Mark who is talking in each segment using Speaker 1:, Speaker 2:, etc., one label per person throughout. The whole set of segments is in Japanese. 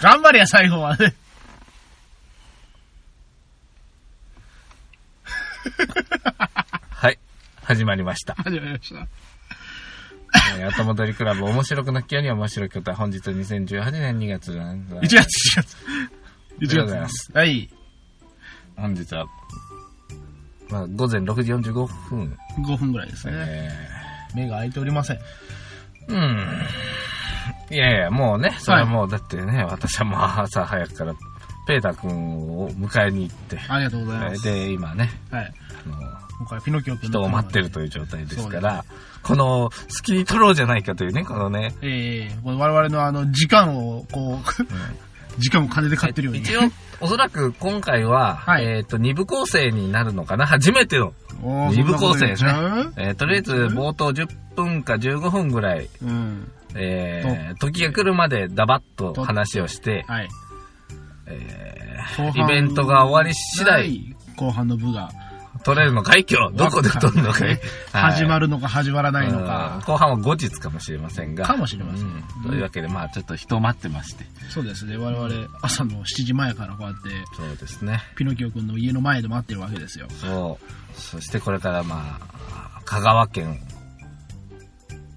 Speaker 1: 頑張れや、最後まで。
Speaker 2: はい。始まりました。
Speaker 1: 始まりました。
Speaker 2: えー後戻りクラブ面白くなきように面白いことは本日2018年2月1
Speaker 1: 1月、1月。1
Speaker 2: りがとうございます
Speaker 1: はい。
Speaker 2: 本日は、まあ、午前6時45分。
Speaker 1: 5分ぐらいですね。
Speaker 2: え
Speaker 1: 目が開いておりません。
Speaker 2: ー、うん。いやいや、もうね、それはもう、だってね、私はもう朝早くから、ペーター君を迎えに行って、
Speaker 1: ありがとうござい
Speaker 2: え
Speaker 1: ま
Speaker 2: ー
Speaker 1: す。
Speaker 2: で、今ね、
Speaker 1: はい。
Speaker 2: あの
Speaker 1: 今回、ピノキオ君の
Speaker 2: 人を待ってるという状態ですから、この、スキリ取ろうじゃないかというね、このね、
Speaker 1: ええこれ我々のあの、時間を、こう、時間を金で買ってるように。
Speaker 2: 一応、おそらく今回は、
Speaker 1: はい
Speaker 2: えっ、と、二部構成になるのかな初めての。
Speaker 1: おー
Speaker 2: 二部構成ですね
Speaker 1: そんなこと言っちゃう
Speaker 2: えーとりあえず、冒頭10分か15分ぐらい、
Speaker 1: うん。
Speaker 2: えー時が来るまでダバッと話をして、
Speaker 1: はい。
Speaker 2: え
Speaker 1: 後
Speaker 2: ーイベントが終わり次第、
Speaker 1: 後半の部が
Speaker 2: 取れるのかい今日、どこで取るの かい
Speaker 1: 始ま
Speaker 2: る
Speaker 1: るのか始まらないのか。
Speaker 2: 後半は後日かもしれませんが。
Speaker 1: かもしれません
Speaker 2: うというわけで、まあちょっと人を待ってまして。
Speaker 1: そうですね。我々、朝の7時前からこうやって、
Speaker 2: そうですね。
Speaker 1: ピノキオ君の家の前で待ってるわけですよ。
Speaker 2: そう。そしてこれからまあ、香川県、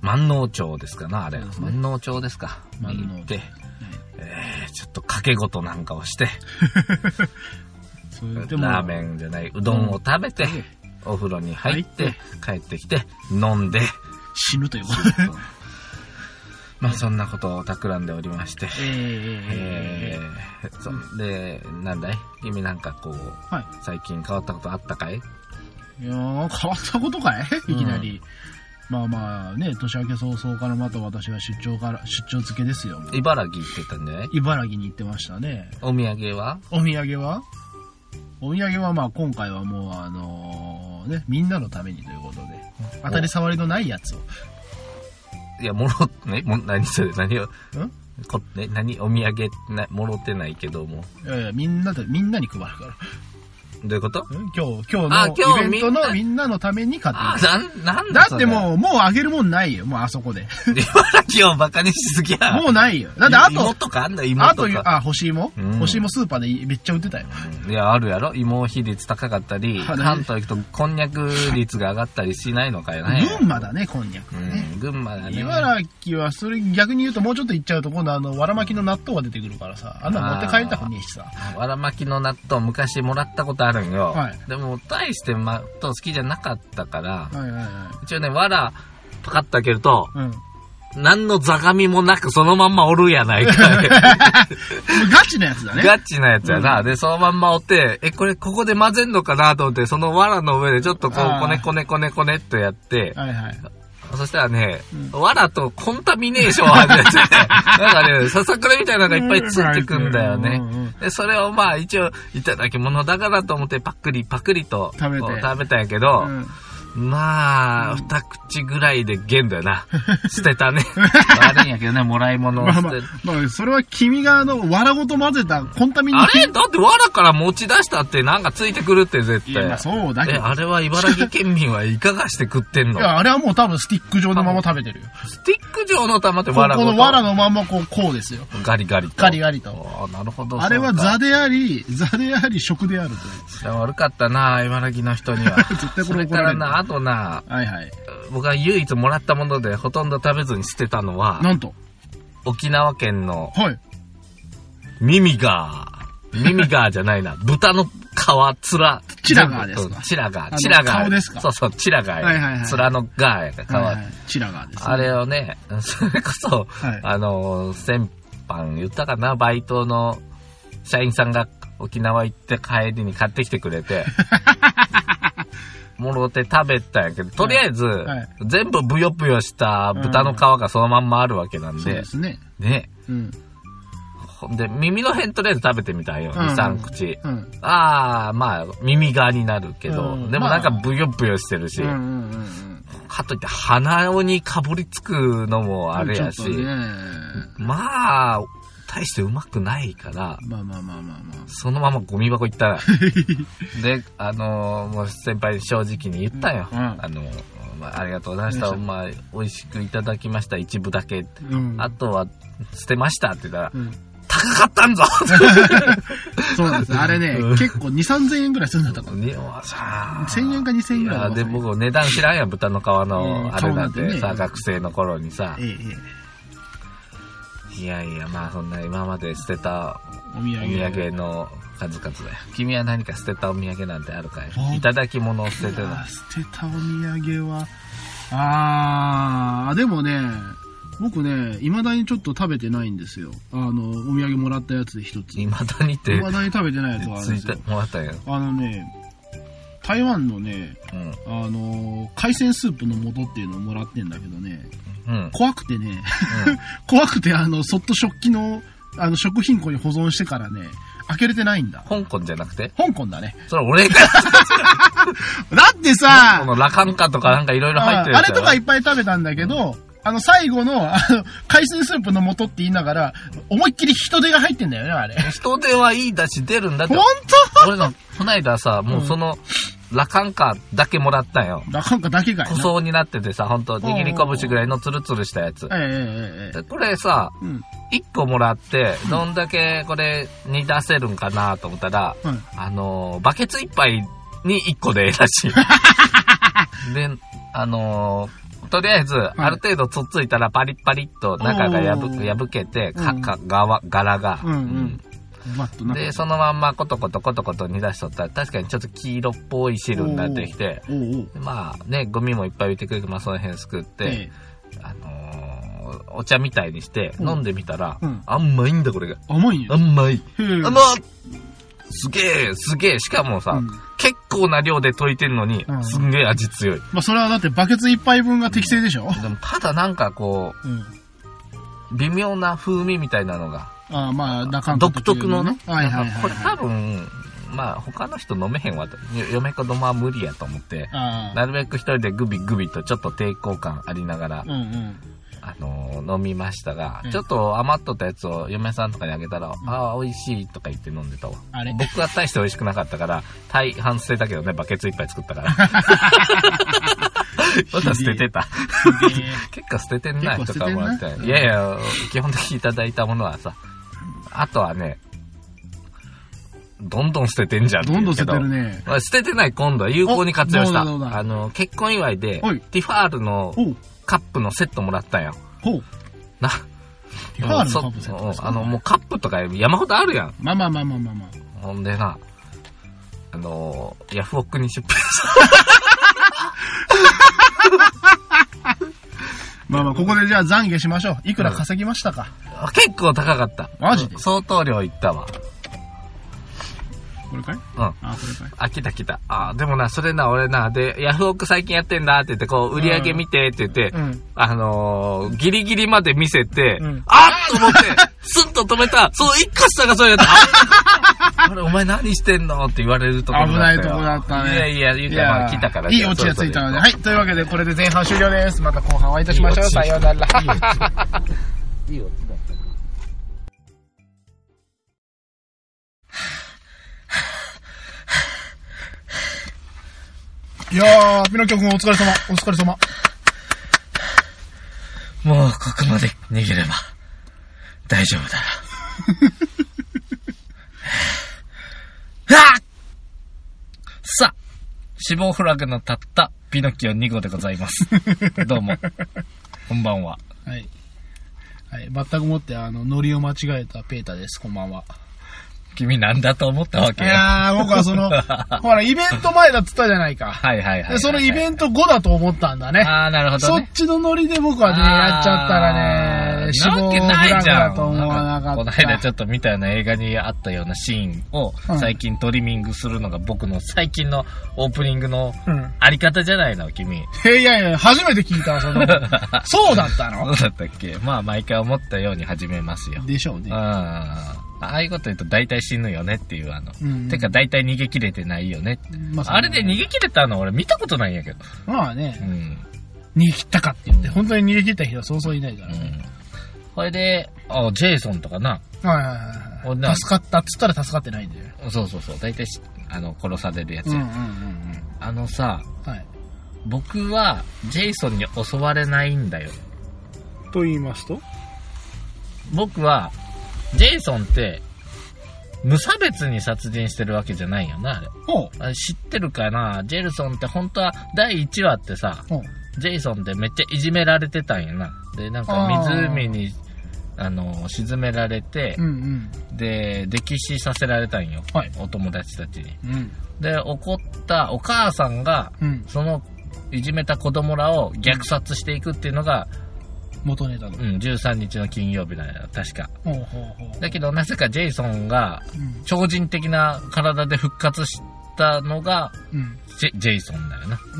Speaker 2: 万能町ですかな、あれ。
Speaker 1: そうですね
Speaker 2: 万能町ですか。
Speaker 1: 万能
Speaker 2: に行って、えーちょっと掛け事なんかをして、
Speaker 1: それでも、
Speaker 2: ラーメンじゃない、うどんを食べて、お風呂に入って、帰ってきて、飲んで、
Speaker 1: 死ぬということ
Speaker 2: まあそんなことを企んでおりまして、
Speaker 1: え
Speaker 2: え
Speaker 1: え
Speaker 2: ーそんで、なんだい君なんかこう、
Speaker 1: はい。
Speaker 2: 最近変わったことあったかい
Speaker 1: いやー変わったことかいいきなり。まあまあね、年明け早々からまた私は出張から、出張付けですよ。
Speaker 2: 茨城行ってたんじゃない
Speaker 1: 茨城に行ってましたね。
Speaker 2: お土産は
Speaker 1: お土産はお土産はまあ今回はもうあのね、みんなのためにということで、当たり障りのないやつを。
Speaker 2: いや、もろ、 ね、も、何それ、何を、
Speaker 1: ん
Speaker 2: こ、ね、何、お土産、な、もろてないけども。
Speaker 1: いやいやみんなで、みんなに配るから。
Speaker 2: どういうこと
Speaker 1: うん今日、今
Speaker 2: あ
Speaker 1: 日
Speaker 2: 今
Speaker 1: の
Speaker 2: 日
Speaker 1: イベント
Speaker 2: み
Speaker 1: の
Speaker 2: んな
Speaker 1: みんなのために買って
Speaker 2: あ
Speaker 1: いく。
Speaker 2: なん、なん
Speaker 1: だ
Speaker 2: そ
Speaker 1: っ
Speaker 2: れ
Speaker 1: てもう、もうあげるもんないよ。もうあそこで。
Speaker 2: 茨城をバカにしすぎや。
Speaker 1: もうないよ。だってあ
Speaker 2: い芋
Speaker 1: と、
Speaker 2: とかあんだ、芋
Speaker 1: あ
Speaker 2: と
Speaker 1: と、
Speaker 2: か。
Speaker 1: あ、干し芋
Speaker 2: うん
Speaker 1: 干し芋スーパーでめっちゃ売ってたよ。
Speaker 2: いや、あるやろ芋比率高かったり、
Speaker 1: はい
Speaker 2: 関東行くとこんにゃく率が上がったりしないのかよね。
Speaker 1: 群馬だね、こんにゃく
Speaker 2: う
Speaker 1: はね。
Speaker 2: ん、群馬だね。
Speaker 1: 茨城は、それ逆に言うともうちょっと行っちゃうと、今度あの、わらまきの納豆が出てくるからさ、あんなの持って帰りたくねえしさ。
Speaker 2: わらまきの納豆昔もらったことあるんよ。
Speaker 1: はい
Speaker 2: でも、大して納豆好きじゃなかったから、
Speaker 1: はいはいは
Speaker 2: 一応ね、わら、パカッと開けると、
Speaker 1: い。うん。
Speaker 2: 何のざがみもなくそのまんまおるやない か。
Speaker 1: ガチなやつだね。
Speaker 2: ガチなやつやな。で、そのまんまおって、え、これここで混ぜんのかなと思って、その藁の上でちょっとこ
Speaker 1: あー
Speaker 2: う、こねこねこねこねっとやって、
Speaker 1: はいはい。
Speaker 2: そしたらね、藁とコンタミネーションを始 めて、なんかね、ささくれみたいなのがいっぱいついてくんだよね
Speaker 1: うんうんうん。
Speaker 2: で、それをまあ一応、いただき物だからと思って、パクリパクリと
Speaker 1: 食べて
Speaker 2: こう食べたんやけど、
Speaker 1: うん
Speaker 2: まあ、二口ぐらいで限度や な。捨てたね。悪いんやけどね、もらい物を
Speaker 1: まあ
Speaker 2: 捨
Speaker 1: まあ
Speaker 2: て、
Speaker 1: まあ、それは君があの、わらごと混ぜたコンタミネ
Speaker 2: あれだって藁から持ち出したってなんかついてくるって絶
Speaker 1: いや、ま
Speaker 2: 対
Speaker 1: あ。そうだけ
Speaker 2: え、
Speaker 1: ど。
Speaker 2: あれは茨城県民はいかがして食ってんの
Speaker 1: いや、あれはもう多分スティック状のまま食べてるよ。
Speaker 2: スティック状の玉って
Speaker 1: ここ
Speaker 2: 藁ごと
Speaker 1: の藁のままこう、こうですよ。
Speaker 2: ガリガリと。
Speaker 1: ガリガリと。
Speaker 2: あーなるほど。
Speaker 1: あれは
Speaker 2: そうか
Speaker 1: 座であり、座であり、食である という。
Speaker 2: 悪かったな、茨城の人には。
Speaker 1: 絶対こ
Speaker 2: そ
Speaker 1: れ
Speaker 2: れ
Speaker 1: 怒
Speaker 2: から
Speaker 1: れ
Speaker 2: ら
Speaker 1: る。
Speaker 2: な、あとな、
Speaker 1: はいはい。
Speaker 2: 僕が唯一もらったものでほとんど食べずに捨てたのは、
Speaker 1: なんと。
Speaker 2: 沖縄県の
Speaker 1: はい。
Speaker 2: ミミガ ー。ミミガーじゃないな。豚の皮、つら。
Speaker 1: チラガーですか
Speaker 2: うんチラガ
Speaker 1: あの
Speaker 2: ー、チラガー。
Speaker 1: 顔ですか
Speaker 2: そうそう、チラガーや。
Speaker 1: はいはいはい
Speaker 2: つらのガーやから、皮。
Speaker 1: はいはい。チラガーです、ね。
Speaker 2: あれをね、 それこそ、
Speaker 1: はい
Speaker 2: あの、先般言ったかな、バイトの社員さんが沖縄行って帰りに買ってきてく れて、もろて食べたんやけど、とりあえず、
Speaker 1: い
Speaker 2: 全部ブヨブヨした豚の皮がそのまんまあるわけなん
Speaker 1: そう
Speaker 2: で
Speaker 1: で、すね。
Speaker 2: ね、
Speaker 1: うん。
Speaker 2: ほんで、耳の辺とりあえず食べてみたんよ、
Speaker 1: うん
Speaker 2: 2、3口。
Speaker 1: うん。
Speaker 2: ああ、まあ、耳側になるけど、
Speaker 1: うん
Speaker 2: でもなんか
Speaker 1: まあ
Speaker 2: ブヨブヨしてるし、
Speaker 1: うんうんうんうん。
Speaker 2: かといって鼻にかぶりつくのもあれやし、
Speaker 1: ちょっとね。
Speaker 2: まあ、大してうまくないから、
Speaker 1: まあまあまあまあまあ。
Speaker 2: そのままゴミ箱 行ったら。で、あのーもう先輩に正直に言ったよ。
Speaker 1: うんうん
Speaker 2: あのーまあ、ありがとうございました。まあ、美味しくいただきました。一部だけ。
Speaker 1: うん。
Speaker 2: あとは、捨てましたって言ったら、
Speaker 1: うん、
Speaker 2: 高かったんぞ
Speaker 1: そうなん です。あれね、
Speaker 2: うん
Speaker 1: 結構2、3000円ぐらいするんだったから。
Speaker 2: にお さ
Speaker 1: 1000円か2000円ぐらい
Speaker 2: いや
Speaker 1: の
Speaker 2: で、僕、値段知らんやん、豚の皮
Speaker 1: う
Speaker 2: の
Speaker 1: ん
Speaker 2: あれ
Speaker 1: 皮
Speaker 2: なん
Speaker 1: なんて
Speaker 2: て
Speaker 1: ね
Speaker 2: さ、学生の頃にさ
Speaker 1: え、え、え
Speaker 2: いやいや、まあ、そんな今まで捨てた
Speaker 1: え、お土
Speaker 2: お
Speaker 1: 産。
Speaker 2: 土産の数々だよ。君は何か捨てたお土産なんてあるか
Speaker 1: うん
Speaker 2: いいただき物を捨てて
Speaker 1: あ
Speaker 2: た
Speaker 1: ー。捨てたお土産は、あー、でもね、僕ね、未だにちょっと食べてないんですよ。あの、お土産もらったやつで一つ。
Speaker 2: いまだにって、
Speaker 1: 未だに食べてないやつがあるん
Speaker 2: つ
Speaker 1: で
Speaker 2: い
Speaker 1: す
Speaker 2: て
Speaker 1: よ。
Speaker 2: もらったんや。
Speaker 1: あのね、台湾のね、
Speaker 2: うん。
Speaker 1: あの海鮮スープの素っていうのをもらってんだけどね、
Speaker 2: うん。
Speaker 1: 怖くてね、 怖くて、あの、そっと食器の、あの、食品庫に保存してからね、開けれてないんだ。
Speaker 2: 香港じゃなくて
Speaker 1: 香港だね。
Speaker 2: それ俺が、
Speaker 1: だって
Speaker 2: こ
Speaker 1: さ、
Speaker 2: のラカンカとかなんかいろいろ入
Speaker 1: あ
Speaker 2: ってるや
Speaker 1: あ
Speaker 2: つ
Speaker 1: れ
Speaker 2: や
Speaker 1: と
Speaker 2: ろ
Speaker 1: かいっぱい食べたんだけど、あの、最後の、あの、海鮮スープの素って言いながら、思いっきり人手が入ってんだよね、あ れ。
Speaker 2: 人手はいいだし出るんだって
Speaker 1: ほん。
Speaker 2: 俺の、こないださ、もうその、ラカンカだけもらったんよ。
Speaker 1: となんかだけかい
Speaker 2: 塗
Speaker 1: な。
Speaker 2: 装になっててさ、ほんと、握り拳ぐらいのツルツルしたやつ。
Speaker 1: えええええ
Speaker 2: でこれさ、
Speaker 1: え。うん。
Speaker 2: 1個もらって、どんだけこれに出せるんかなと思ったら、
Speaker 1: はい
Speaker 2: あのー、バケツ1杯に1個でええらし い。で、あのー、とりあえず、ある程度つっついたらパリッパリッと中が破
Speaker 1: おー
Speaker 2: 破けて、
Speaker 1: う
Speaker 2: か、
Speaker 1: ん
Speaker 2: か、側、柄が。
Speaker 1: うんうんバッと
Speaker 2: うん
Speaker 1: な。
Speaker 2: で、そのまんまコトコトコトコト煮出しとったら、確かにちょっと黄色っぽい汁になってきて、
Speaker 1: おうおう。
Speaker 2: でまあね、ゴミもいっぱい浮いてくるから、まあその辺すくって、
Speaker 1: ええ
Speaker 2: あのーお茶みたいにして
Speaker 1: うん
Speaker 2: 飲んでみたら、
Speaker 1: うん
Speaker 2: あんまいんだこれが。
Speaker 1: 甘い
Speaker 2: あ
Speaker 1: よ。
Speaker 2: んまい。
Speaker 1: へえ
Speaker 2: あんますげえ、すげえ。しかもさ、
Speaker 1: うん
Speaker 2: 結構な量で溶いてんのに
Speaker 1: う、ん
Speaker 2: すんげえ味強い。
Speaker 1: まあ、それはだってバケツ一杯分が適正でしょ
Speaker 2: でもただなんかこ
Speaker 1: うん。
Speaker 2: う、微妙な風味みたいなのが、
Speaker 1: ああ、まあ、なか
Speaker 2: 独特のね。
Speaker 1: はいはい
Speaker 2: なんか
Speaker 1: はい。
Speaker 2: これ多分、まあ他の人飲めへんわと。よ嫁子供は無理やと思って、
Speaker 1: ああ。
Speaker 2: なるべく一人でグビグビとちょっと抵抗感ありながら
Speaker 1: うん、うん。
Speaker 2: あのー飲みましたが、
Speaker 1: うん
Speaker 2: ちょっと余っとったやつを嫁さんとかにあげたら、ああ、美味しいとか言って飲んでたわ。
Speaker 1: あれ
Speaker 2: 僕は大して美味しくなかったから、大半捨てたけどね、バケツいっぱい作った から。まだ捨ててた。結構捨ててんな、
Speaker 1: 結構捨て
Speaker 2: とか
Speaker 1: てん
Speaker 2: も
Speaker 1: な
Speaker 2: らって。
Speaker 1: うん
Speaker 2: いやいや、基本的にいただいたものはさ、あとはね、どんどん捨ててんじゃんって
Speaker 1: ど
Speaker 2: い
Speaker 1: ん
Speaker 2: う
Speaker 1: どん
Speaker 2: け
Speaker 1: 捨てるね。
Speaker 2: あ捨ててない今度は有効に活用した。
Speaker 1: おどうだどうだ
Speaker 2: あの、結婚祝いで、
Speaker 1: はい
Speaker 2: ティファールの
Speaker 1: おう、
Speaker 2: カップのセットもらったんよ。
Speaker 1: ほう。
Speaker 2: な、
Speaker 1: ティファールのカップセットです
Speaker 2: そ
Speaker 1: か
Speaker 2: うあの、もうカップとか山ほどあるやん。
Speaker 1: まあまあまあまあまあまあ。
Speaker 2: ほんでな、あのー、ヤフオクに出品し
Speaker 1: まあまあ、ここでじゃあ懺悔しましょう。いくら稼ぎましたか。
Speaker 2: た。 結構高かった。
Speaker 1: マジで
Speaker 2: 相当量いったわ。
Speaker 1: これかい
Speaker 2: うん。
Speaker 1: あ、これかい
Speaker 2: あ、来た来た。あ、でもな、それな、俺な、で、ヤフオク最近やってんだって言って、こう、売り上げ見てって言って、
Speaker 1: うん
Speaker 2: あのー、ギリギリまで見せて、
Speaker 1: うん
Speaker 2: あっと思って、スッと止めた、その一箇下がそうやった。ああれ、お前何してんのって言われるところ
Speaker 1: 危
Speaker 2: だ
Speaker 1: ない
Speaker 2: った
Speaker 1: と
Speaker 2: よ
Speaker 1: こだったね。
Speaker 2: いやいや、言うて、まあ来たから
Speaker 1: いいオチがついたので。はい。というわけで、これで前半終了です。また後半お会いいたしましょう。
Speaker 2: いいオチ
Speaker 1: さようなら。
Speaker 2: いいよ、だった。
Speaker 1: いやー、ピノキオ君お疲れ様。お疲れ様。
Speaker 2: もうここまで逃げれば大丈夫だな。は あさあ、死亡フラグの立ったピノキオ2号でございます。どうも、こんばんは。
Speaker 1: はい。はい。全くもって、あの、ノリを間違えたペータです。こんばんは。
Speaker 2: 君なんだと思ったわ
Speaker 1: い
Speaker 2: けは
Speaker 1: やー、僕はそ の、ほら、イベント前だっつったじゃないか。
Speaker 2: いはいはいはい。
Speaker 1: で、そのイベント後だと思ったんだね。
Speaker 2: ああ、なるほど
Speaker 1: そっ
Speaker 2: ね。
Speaker 1: ちのノリで僕はね、やっちゃったら
Speaker 2: あ
Speaker 1: ね、
Speaker 2: ー
Speaker 1: 死
Speaker 2: な
Speaker 1: 亡
Speaker 2: わ
Speaker 1: フ
Speaker 2: けな
Speaker 1: ラ
Speaker 2: い
Speaker 1: グ
Speaker 2: じゃ
Speaker 1: だ
Speaker 2: ん。
Speaker 1: と思わなかった。
Speaker 2: この間ちょっと見たような映画にあったようなシーンを
Speaker 1: うん
Speaker 2: 最近トリミングするのが僕の最近のオープニングの
Speaker 1: うん。
Speaker 2: あり方じゃないの、 君。
Speaker 1: え、いやいや、初めて聞いたわ、 その。そうだった
Speaker 2: ど
Speaker 1: の
Speaker 2: うだったっけまあ、毎回思ったように始めますよ。
Speaker 1: でしょう
Speaker 2: うん。
Speaker 1: ね。
Speaker 2: ああいうこと言うと大体死ぬよねっていう、あの。
Speaker 1: うん
Speaker 2: てか大体逃げ切れてないよねって。
Speaker 1: ま
Speaker 2: あれで逃
Speaker 1: げ
Speaker 2: げ切れたの俺見たことないんやけど。
Speaker 1: まあ
Speaker 2: う
Speaker 1: ね、
Speaker 2: ん。
Speaker 1: 逃げ切ったかって言って、本当に逃げ切った人はそうそういないから
Speaker 2: う
Speaker 1: ね。
Speaker 2: んそれで、あ、ジェイソンとかな。
Speaker 1: はいはいはい
Speaker 2: お
Speaker 1: は。
Speaker 2: ない
Speaker 1: 助かったっつったら助かってないんだよ。
Speaker 2: そうそうそう。大体し、あの、殺されるやつ
Speaker 1: うん
Speaker 2: や、
Speaker 1: うんうんうん。
Speaker 2: あのさ、
Speaker 1: はい。
Speaker 2: 僕は、ジェイソンに襲われないんだよ。
Speaker 1: と言いますと
Speaker 2: 僕は、ジェイソンって、無差別に殺人してるわけじゃないよな、あれ。
Speaker 1: ほう。
Speaker 2: あれ知ってるかなジェイソンって本当は、第1話ってさ、
Speaker 1: ほう。
Speaker 2: ジェイソンってめっちゃいじめられてたんやな。で、なんか湖に、あの、沈められて
Speaker 1: う、ん
Speaker 2: で、溺死させられたんよ。
Speaker 1: はい
Speaker 2: お友達たちに。
Speaker 1: うん。うん。
Speaker 2: で、怒ったお母さんが、
Speaker 1: うん。
Speaker 2: その、いじめた子供らを虐殺していくっていうのが、
Speaker 1: 元ネタの
Speaker 2: う。ん、13日の金曜日だよ、確か。
Speaker 1: ほうほうほう。
Speaker 2: だけど、なぜかジェイソンが、
Speaker 1: うん。
Speaker 2: 超人的な体で復活したのが、
Speaker 1: うん。
Speaker 2: ジェジェイソンだよな。